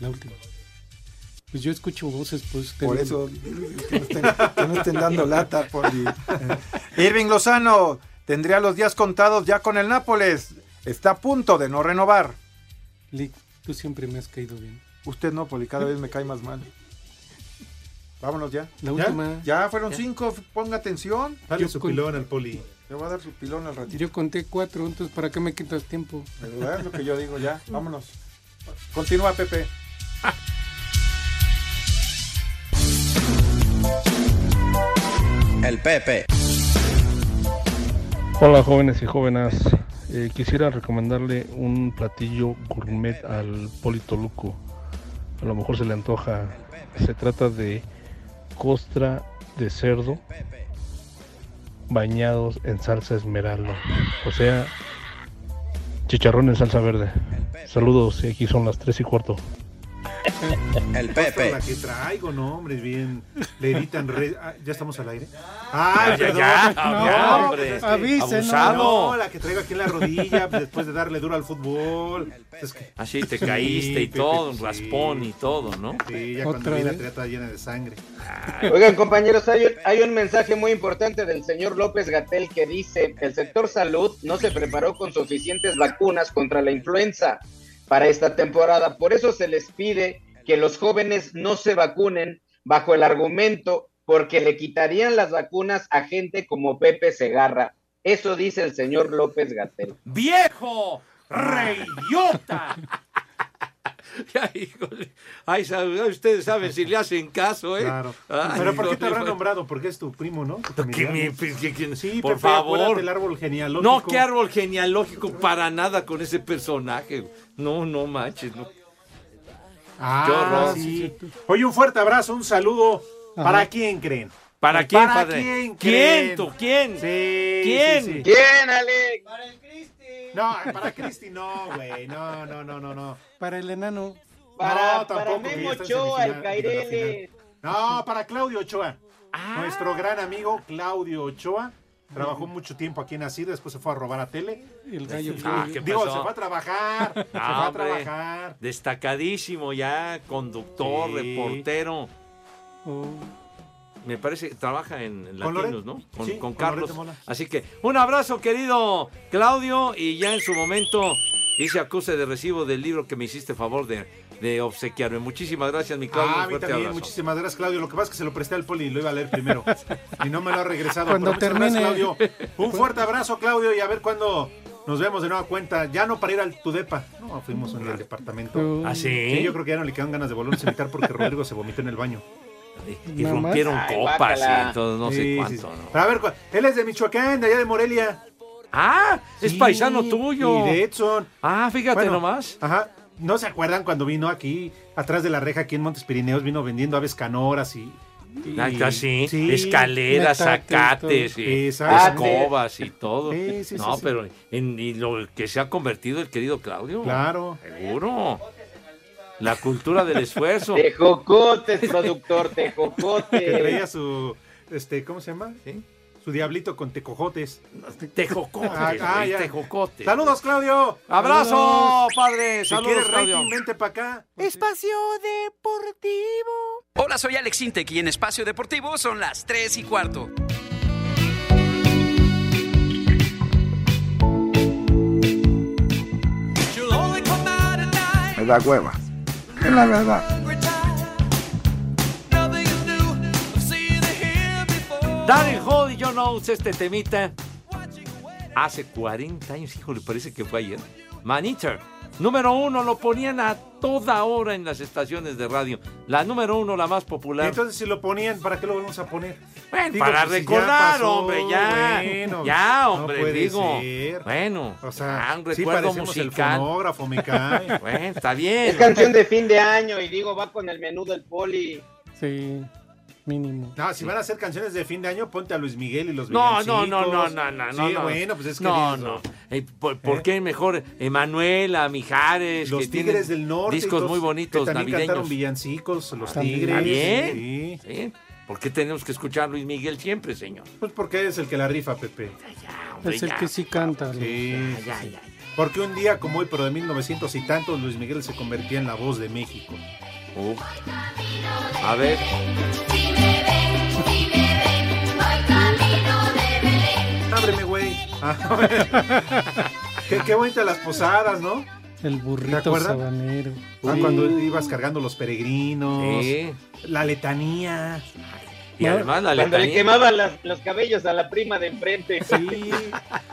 Speaker 5: La última. Pues yo escucho voces, pues.
Speaker 8: Por eso, que no estén, que no estén dando lata, Poli.
Speaker 5: Irving
Speaker 8: Lozano tendría los días contados ya con el Nápoles. Está a punto de no renovar.
Speaker 5: Lick, tú siempre me has caído bien.
Speaker 8: Usted no, Poli, cada vez me cae más mal. Vámonos ya.
Speaker 5: La
Speaker 8: ¿Ya?
Speaker 5: última.
Speaker 8: Ya, fueron
Speaker 5: Ya.
Speaker 8: cinco, f- ponga atención.
Speaker 5: Dale su pilón
Speaker 8: al Poli. Le voy a dar su pilón al ratito.
Speaker 5: Yo conté cuatro, entonces ¿para qué me quitas tiempo?
Speaker 8: ¿Verdad? Es lo que yo digo ya. Vámonos. Continúa, Pepe.
Speaker 2: El Pepe.
Speaker 15: Hola jóvenes y jóvenes, Eh, quisiera recomendarle un platillo gourmet al Polito Luco. A lo mejor se le antoja. Se trata de costra de cerdo bañados en salsa esmeralda. O sea, chicharrón en salsa verde. Saludos, y aquí son las 3 y cuarto.
Speaker 2: El
Speaker 8: Pepe.
Speaker 15: la
Speaker 8: que
Speaker 15: traigo,
Speaker 8: no, hombre, bien.
Speaker 15: Le editan
Speaker 8: re- ah, ¿Ya estamos al aire?
Speaker 15: Ah,
Speaker 8: Ah,
Speaker 15: ya,
Speaker 8: perdón.
Speaker 15: ya,
Speaker 8: No,
Speaker 15: ya,
Speaker 8: pues
Speaker 15: hombre.
Speaker 8: es que-
Speaker 15: Avisen,
Speaker 8: abusado.
Speaker 15: ¿no?
Speaker 8: No, la que traigo aquí en la rodilla pues, después de darle duro al fútbol. Es que-
Speaker 3: Así te
Speaker 8: Sí,
Speaker 3: caíste y
Speaker 8: Pepe,
Speaker 3: todo, un
Speaker 8: sí.
Speaker 3: raspón y todo, ¿no?
Speaker 8: Sí, ya cuando vi la trata llena de sangre.
Speaker 9: Oigan, compañeros, hay un, hay un mensaje muy importante del señor López Gatel que dice: el sector salud no se preparó con suficientes vacunas contra la influenza para esta temporada. Por eso se les pide que los jóvenes no se vacunen bajo el argumento porque le quitarían las vacunas a gente como Pepe Segarra. Eso dice el señor López Gatel.
Speaker 3: ¡Viejo! ¡Reyota! Ay, sabe- ustedes saben si le hacen caso, ¿eh?
Speaker 8: Claro.
Speaker 3: Ay,
Speaker 8: Pero ¿por qué
Speaker 3: no
Speaker 8: te
Speaker 3: le
Speaker 8: habrán
Speaker 3: fa-
Speaker 8: nombrado? Porque es tu primo, ¿no? Tu
Speaker 3: Que mi-
Speaker 8: familiar.
Speaker 3: pues, que- que-
Speaker 8: Sí,
Speaker 3: por
Speaker 8: Pepe,
Speaker 3: favor.
Speaker 8: acuérdate el árbol genealógico.
Speaker 3: No, qué árbol genealógico para nada con ese personaje. No, no manches. No.
Speaker 8: Ah,
Speaker 3: Qué horror.
Speaker 8: sí. Oye, un fuerte abrazo, un saludo.
Speaker 3: Ajá.
Speaker 8: ¿Para quién creen?
Speaker 3: ¿Para quién,
Speaker 8: ¿Para
Speaker 3: padre?
Speaker 8: quién
Speaker 3: ¿Quién,
Speaker 8: creen?
Speaker 3: tú? ¿Quién?
Speaker 8: Sí,
Speaker 3: ¿Quién?
Speaker 8: sí, sí.
Speaker 3: ¿Quién,
Speaker 9: Alex?
Speaker 8: Para el Cristi. No, para Cristi no, güey. No, no, no, no, no.
Speaker 5: Para el enano.
Speaker 8: Para,
Speaker 5: No,
Speaker 8: para
Speaker 5: tampoco, ya
Speaker 8: Memo
Speaker 5: está en
Speaker 8: Ochoa,
Speaker 5: semifinal,
Speaker 8: Alcairele.
Speaker 5: en la final.
Speaker 8: No, para Claudio Ochoa.
Speaker 3: Ah.
Speaker 8: Nuestro gran amigo Claudio Ochoa. Trabajó mucho tiempo aquí en Asir, después se fue a robar a tele. Este,
Speaker 5: El gallo
Speaker 3: Ah, ¿qué
Speaker 8: Digo,
Speaker 3: pasó?
Speaker 8: se fue a trabajar. se fue
Speaker 3: Ah,
Speaker 8: a
Speaker 3: hombre,
Speaker 8: trabajar.
Speaker 3: Destacadísimo ya, conductor,
Speaker 8: Sí.
Speaker 3: reportero. Me parece que trabaja en, en Latinos,
Speaker 8: Loret-
Speaker 3: ¿no?
Speaker 8: sí,
Speaker 3: Con, con
Speaker 8: con
Speaker 3: Carlos.
Speaker 8: Loreto Mola.
Speaker 3: Así que un abrazo, querido Claudio, y ya en su momento hice acuse de recibo del libro que me hiciste favor de, de obsequiarme. Muchísimas gracias, mi Claudio.
Speaker 8: Ah,
Speaker 3: un
Speaker 8: a mí
Speaker 3: fuerte
Speaker 8: también,
Speaker 3: abrazo.
Speaker 8: muchísimas gracias, Claudio. Lo que pasa es que se lo presté al poli y lo iba a leer primero. y no me lo ha regresado.
Speaker 5: Cuando
Speaker 8: Pero muchas gracias,
Speaker 5: termine.
Speaker 8: Claudio. Un fuerte abrazo, Claudio, y a ver cuándo nos vemos de nueva cuenta. Ya no para ir al Tudepa. No, fuimos en el departamento.
Speaker 3: ¿Ah, sí?
Speaker 8: yo creo que ya no le quedan ganas de volvernos a invitar porque Rodrigo se vomitó en el baño.
Speaker 3: Y Nada más. rompieron copas y todo, no sé cuánto, ¿no?
Speaker 8: Pero a ver, cu- él es de Michoacán, de allá de Morelia.
Speaker 3: Ah, es paisano tuyo.
Speaker 8: Y de Edson.
Speaker 3: Ah, fíjate
Speaker 8: Bueno,
Speaker 3: nomás.
Speaker 8: Ajá. ¿No se acuerdan cuando vino aquí, atrás de la reja, aquí en Montes Pirineos, vino vendiendo aves canoras y. y-
Speaker 3: Ah, está así, escaleras,
Speaker 8: Metates,
Speaker 3: zacates,
Speaker 8: todo.
Speaker 3: y
Speaker 8: Exacto.
Speaker 3: escobas y todo.
Speaker 8: Sí, sí,
Speaker 3: no,
Speaker 8: sí, sí.
Speaker 3: pero en y lo que se ha convertido el querido Claudio.
Speaker 8: Claro.
Speaker 3: Seguro. La cultura del esfuerzo.
Speaker 9: Tejocotes, productor, tejocotes.
Speaker 8: Que traía su. Este, ¿Cómo se llama? Su diablito con tecojotes. Ah,
Speaker 3: Tejocotes, güey, tejocotes.
Speaker 8: Saludos, Claudio.
Speaker 3: Abrazo, padre.
Speaker 8: Si
Speaker 3: Saludos,
Speaker 8: quieres
Speaker 3: Claudio.
Speaker 8: rating, vente para acá.
Speaker 4: Espacio Deportivo.
Speaker 7: Hola, soy Alex Intec y en Espacio Deportivo son las 3 y cuarto.
Speaker 1: Me da hueva. Es la verdad.
Speaker 3: Darren Hall y John Oates, este temita. Hace 40 años, hijo, le parece que fue ayer. Man Eater. Número uno, lo ponían a toda hora en las estaciones de radio. La número uno, la más popular.
Speaker 8: Entonces, si lo ponían, ¿para qué lo volvemos a poner? Digo,
Speaker 3: Para
Speaker 8: pues, si ya
Speaker 3: recordar,
Speaker 8: pasó,
Speaker 3: hombre, ya.
Speaker 8: bueno,
Speaker 3: ya,
Speaker 8: no
Speaker 3: hombre,
Speaker 8: puede
Speaker 3: digo.
Speaker 8: ser.
Speaker 3: Bueno, o sea, un
Speaker 8: sí
Speaker 3: recuerdo
Speaker 8: parecemos el
Speaker 3: musical.
Speaker 8: fonógrafo, me cae.
Speaker 3: Bueno, está bien.
Speaker 9: Es canción de fin de año y digo, va con el menú del poli.
Speaker 5: Sí, mínimo.
Speaker 8: No, si van a hacer canciones de fin de año, ponte a Luis Miguel y los
Speaker 3: No, no,
Speaker 8: villancicos.
Speaker 3: no, no, no, no, no.
Speaker 8: Sí,
Speaker 3: no.
Speaker 8: bueno, pues es que...
Speaker 3: No,
Speaker 8: dices,
Speaker 3: no. Eh, ¿por, por qué mejor Emanuela, Mijares?
Speaker 8: Los
Speaker 3: que tienen
Speaker 8: Tigres del Norte. y
Speaker 3: Discos
Speaker 8: todos-
Speaker 3: muy
Speaker 8: que
Speaker 3: bonitos,
Speaker 8: también
Speaker 3: navideños.
Speaker 8: cantaron villancicos, los
Speaker 3: También.
Speaker 8: Tigres.
Speaker 3: ¿Está
Speaker 8: Sí.
Speaker 3: bien? Sí. ¿Por qué tenemos que escuchar a Luis Miguel siempre, señor?
Speaker 8: Pues porque es el que la rifa, Pepe.
Speaker 3: hombre, Es el ya. que
Speaker 5: sí canta.
Speaker 8: Sí. sí. Porque un día como hoy, pero de 1900 y tantos, Luis Miguel se convertía en la voz de México.
Speaker 3: A ver.
Speaker 8: Ábreme, güey. Ah, qué, qué bonita las posadas, ¿no?
Speaker 5: El
Speaker 8: ¿Te
Speaker 5: burrito
Speaker 8: acuerdas?
Speaker 5: sabanero.
Speaker 8: Ah, cuando ibas cargando los peregrinos.
Speaker 3: Sí.
Speaker 8: La letanía.
Speaker 3: Y además la
Speaker 9: Cuando le
Speaker 3: letanía.
Speaker 9: quemaban las- los cabellos a la prima de enfrente. Sí.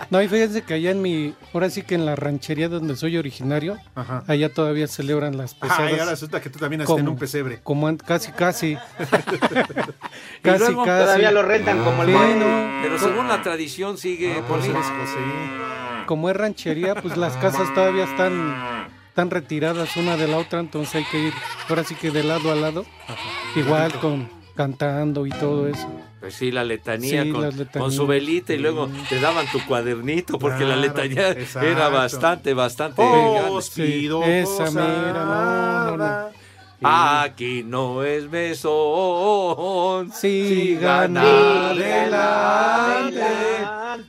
Speaker 5: No, y fíjense que allá en mi, ahora sí que en la ranchería donde soy originario,
Speaker 8: Ajá.
Speaker 5: allá todavía celebran las pesadas.
Speaker 8: Ay, ahora resulta que tú también naciste en un pesebre.
Speaker 5: Como an- casi, casi.
Speaker 8: Y luego todavía lo rentan como el
Speaker 5: Sí,
Speaker 8: mole.
Speaker 5: no,
Speaker 3: Pero según la tradición
Speaker 8: Ah,
Speaker 3: sigue
Speaker 8: pues
Speaker 3: por sí.
Speaker 5: como es ranchería, pues las casas todavía están, están retiradas una de la otra, entonces hay que ir ahora sí que de lado a lado, igual con cantando y todo eso.
Speaker 3: Pues sí, la letanía,
Speaker 5: Sí,
Speaker 3: con,
Speaker 5: las letanías.
Speaker 3: con su velita y luego te daban tu cuadernito porque la
Speaker 8: Claro,
Speaker 3: letanía era
Speaker 8: exacto. Oh,
Speaker 3: bastante, bastante
Speaker 8: Os
Speaker 3: elegante.
Speaker 8: pido
Speaker 5: Esa mera,
Speaker 8: posada.
Speaker 5: no, no, no.
Speaker 3: Aquí no es mesón.
Speaker 5: Sigan adelante,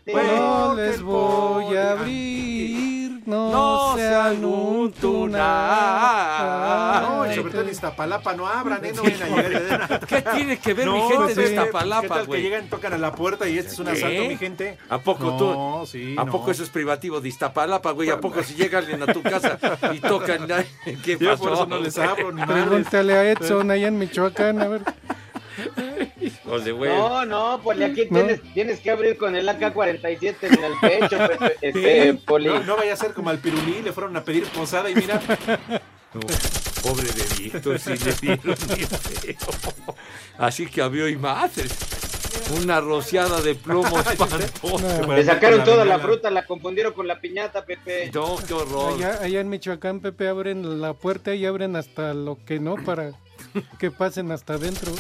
Speaker 5: no les voy a abrir, no, sean un tunal.
Speaker 8: No, y sobre todo en Iztapalapa no abran, ¿eh? No vayan a llegar.
Speaker 3: ¿Qué tiene que ver mi
Speaker 8: No,
Speaker 3: gente de
Speaker 8: Pepe, ¿qué
Speaker 3: Iztapalapa,
Speaker 8: tal que
Speaker 3: güey?
Speaker 8: llegan, tocan a la puerta y este es un
Speaker 3: ¿Qué?
Speaker 8: asalto, mi gente?
Speaker 3: ¿A poco
Speaker 8: No,
Speaker 3: tú?
Speaker 8: sí,
Speaker 3: ¿A
Speaker 8: no.
Speaker 3: poco eso es privativo de Iztapalapa, güey? ¿A poco si llegan alguien a tu casa y tocan? ¿Qué
Speaker 8: Yo
Speaker 3: pasó?
Speaker 8: por eso no les abro, ni madres.
Speaker 5: Pregúntale a Edson allá en Michoacán, a ver.
Speaker 3: Hijos de güey.
Speaker 9: No, no, poli, aquí
Speaker 5: No.
Speaker 9: Tienes, tienes que abrir con el AK-47 en el pecho, Pepe, este,
Speaker 8: Sí.
Speaker 9: poli.
Speaker 8: No, no vaya a ser como al pirulí, le fueron a pedir posada y mira.
Speaker 3: No, pobre de Víctor, sí le dieron bien feo. Así que abrió y más. Una rociada de plomo espantosa.
Speaker 9: Le sacaron toda la fruta, la confundieron con la piñata, Pepe.
Speaker 3: No, qué horror.
Speaker 5: Allá, allá en Michoacán, Pepe, abren la puerta y abren hasta lo que no para que pasen hasta adentro.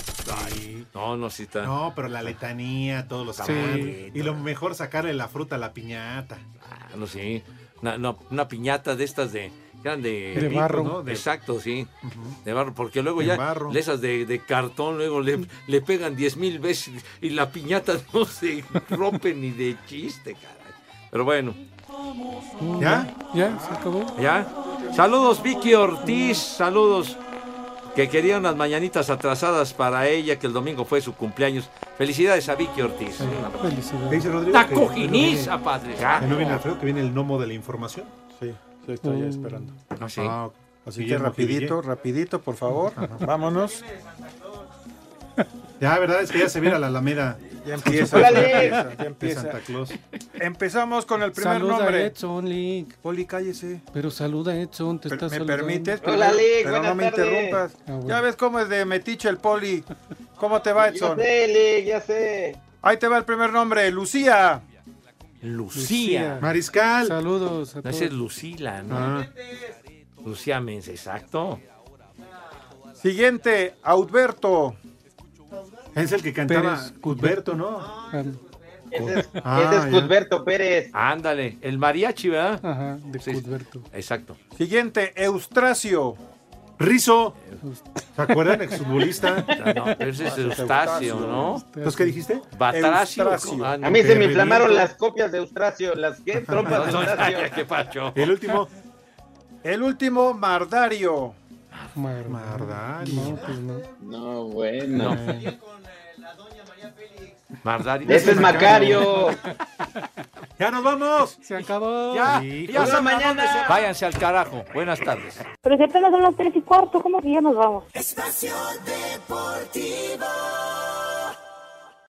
Speaker 3: Ay, no, no, sí está.
Speaker 8: No, pero la letanía, todos los
Speaker 5: Sí.
Speaker 8: amores. Y lo mejor sacarle la fruta a la piñata.
Speaker 3: Ah, no, sí. Una, una- una piñata de estas de. que eran de,
Speaker 8: De barro. ¿no? De-
Speaker 3: Exacto, sí. De barro. Porque luego
Speaker 8: De
Speaker 3: ya.
Speaker 8: barro.
Speaker 3: de Esas de, de cartón, luego le, le pegan diez mil veces y la piñata no se rompe ni de chiste, caray. Pero bueno.
Speaker 8: ¿Ya?
Speaker 5: ¿Ya? ¿Se acabó?
Speaker 3: ¿Ya? Saludos Vicky Ortiz, saludos. Que quería unas mañanitas atrasadas para ella, que el domingo fue su cumpleaños. Felicidades a Vicky Ortiz.
Speaker 8: ¿Qué dice Rodrigo?
Speaker 3: La
Speaker 8: Que- que no
Speaker 3: cojiniza,
Speaker 8: viene-
Speaker 3: padre.
Speaker 8: Que no viene Alfredo, que viene el gnomo de la información.
Speaker 10: Sí, sí, estoy ya
Speaker 8: Mm.
Speaker 10: esperando.
Speaker 3: Ah, sí.
Speaker 10: ok. Así que
Speaker 8: Guillermo
Speaker 10: rapidito, rapidito, por favor. Vámonos.
Speaker 8: Ya, verdad es que ya se viera la Alameda.
Speaker 10: Ya empieza.
Speaker 8: Órale.
Speaker 10: ya empieza, ya empieza.
Speaker 8: De Santa Claus.
Speaker 10: Empezamos con el primer
Speaker 5: Saluda a
Speaker 10: nombre.
Speaker 5: Edson, Lick.
Speaker 10: Poli, cállese.
Speaker 5: Pero saluda a Edson, te está
Speaker 10: ¿Me
Speaker 5: saludando.
Speaker 10: permites? Pero, pero no me interrumpas.
Speaker 5: Ah, bueno.
Speaker 10: Ya ves cómo es de metiche el Poli. ¿Cómo te va,
Speaker 9: Ya
Speaker 10: Edson?
Speaker 9: sé, Lick, ya sé.
Speaker 10: Ahí te va el primer nombre, Lucía.
Speaker 3: Lucía.
Speaker 8: Mariscal.
Speaker 5: Saludos a
Speaker 3: No,
Speaker 5: todos.
Speaker 3: esa es Lucila, ¿no?
Speaker 10: Ah.
Speaker 3: Lucía Menz, exacto.
Speaker 10: Siguiente, Audberto.
Speaker 8: Es el que cantaba
Speaker 10: Pérez
Speaker 8: Cudberto, ¿no?
Speaker 9: Ese es,
Speaker 8: Ah,
Speaker 9: ese es
Speaker 8: ya.
Speaker 9: Cudberto Pérez.
Speaker 3: Ándale, el mariachi, ¿verdad?
Speaker 5: Ajá, de
Speaker 3: Cudberto. Exacto.
Speaker 10: Siguiente, Eustracio.
Speaker 8: Rizo. ¿Se acuerdan? Exfutbolista.
Speaker 3: No, pero ese es Eustacio, ¿no?
Speaker 8: ¿Entonces qué dijiste?
Speaker 3: Batracio.
Speaker 8: Eustacio.
Speaker 3: Ah, no.
Speaker 9: A mí se me
Speaker 8: Qué
Speaker 9: inflamaron
Speaker 8: benito.
Speaker 9: las copias de Eustracio, las que trompas de
Speaker 3: No, no,
Speaker 9: Eustacio.
Speaker 3: ya, ¿Qué pacho?
Speaker 8: El último.
Speaker 10: El último, Mardario.
Speaker 8: Mardario.
Speaker 5: No, pues no.
Speaker 9: No, bueno.
Speaker 3: Mardario.
Speaker 9: Ese es Macario.
Speaker 8: ¡Ya nos vamos!
Speaker 5: Se acabó.
Speaker 3: Ya,
Speaker 8: Hijo.
Speaker 3: ya
Speaker 9: Hasta
Speaker 3: saben a dónde
Speaker 9: mañana.
Speaker 3: se- Váyanse al carajo. Buenas tardes.
Speaker 11: Pero si apenas son las tres y cuarto, ¿cómo que ya nos vamos?
Speaker 28: Espacio Deportivo.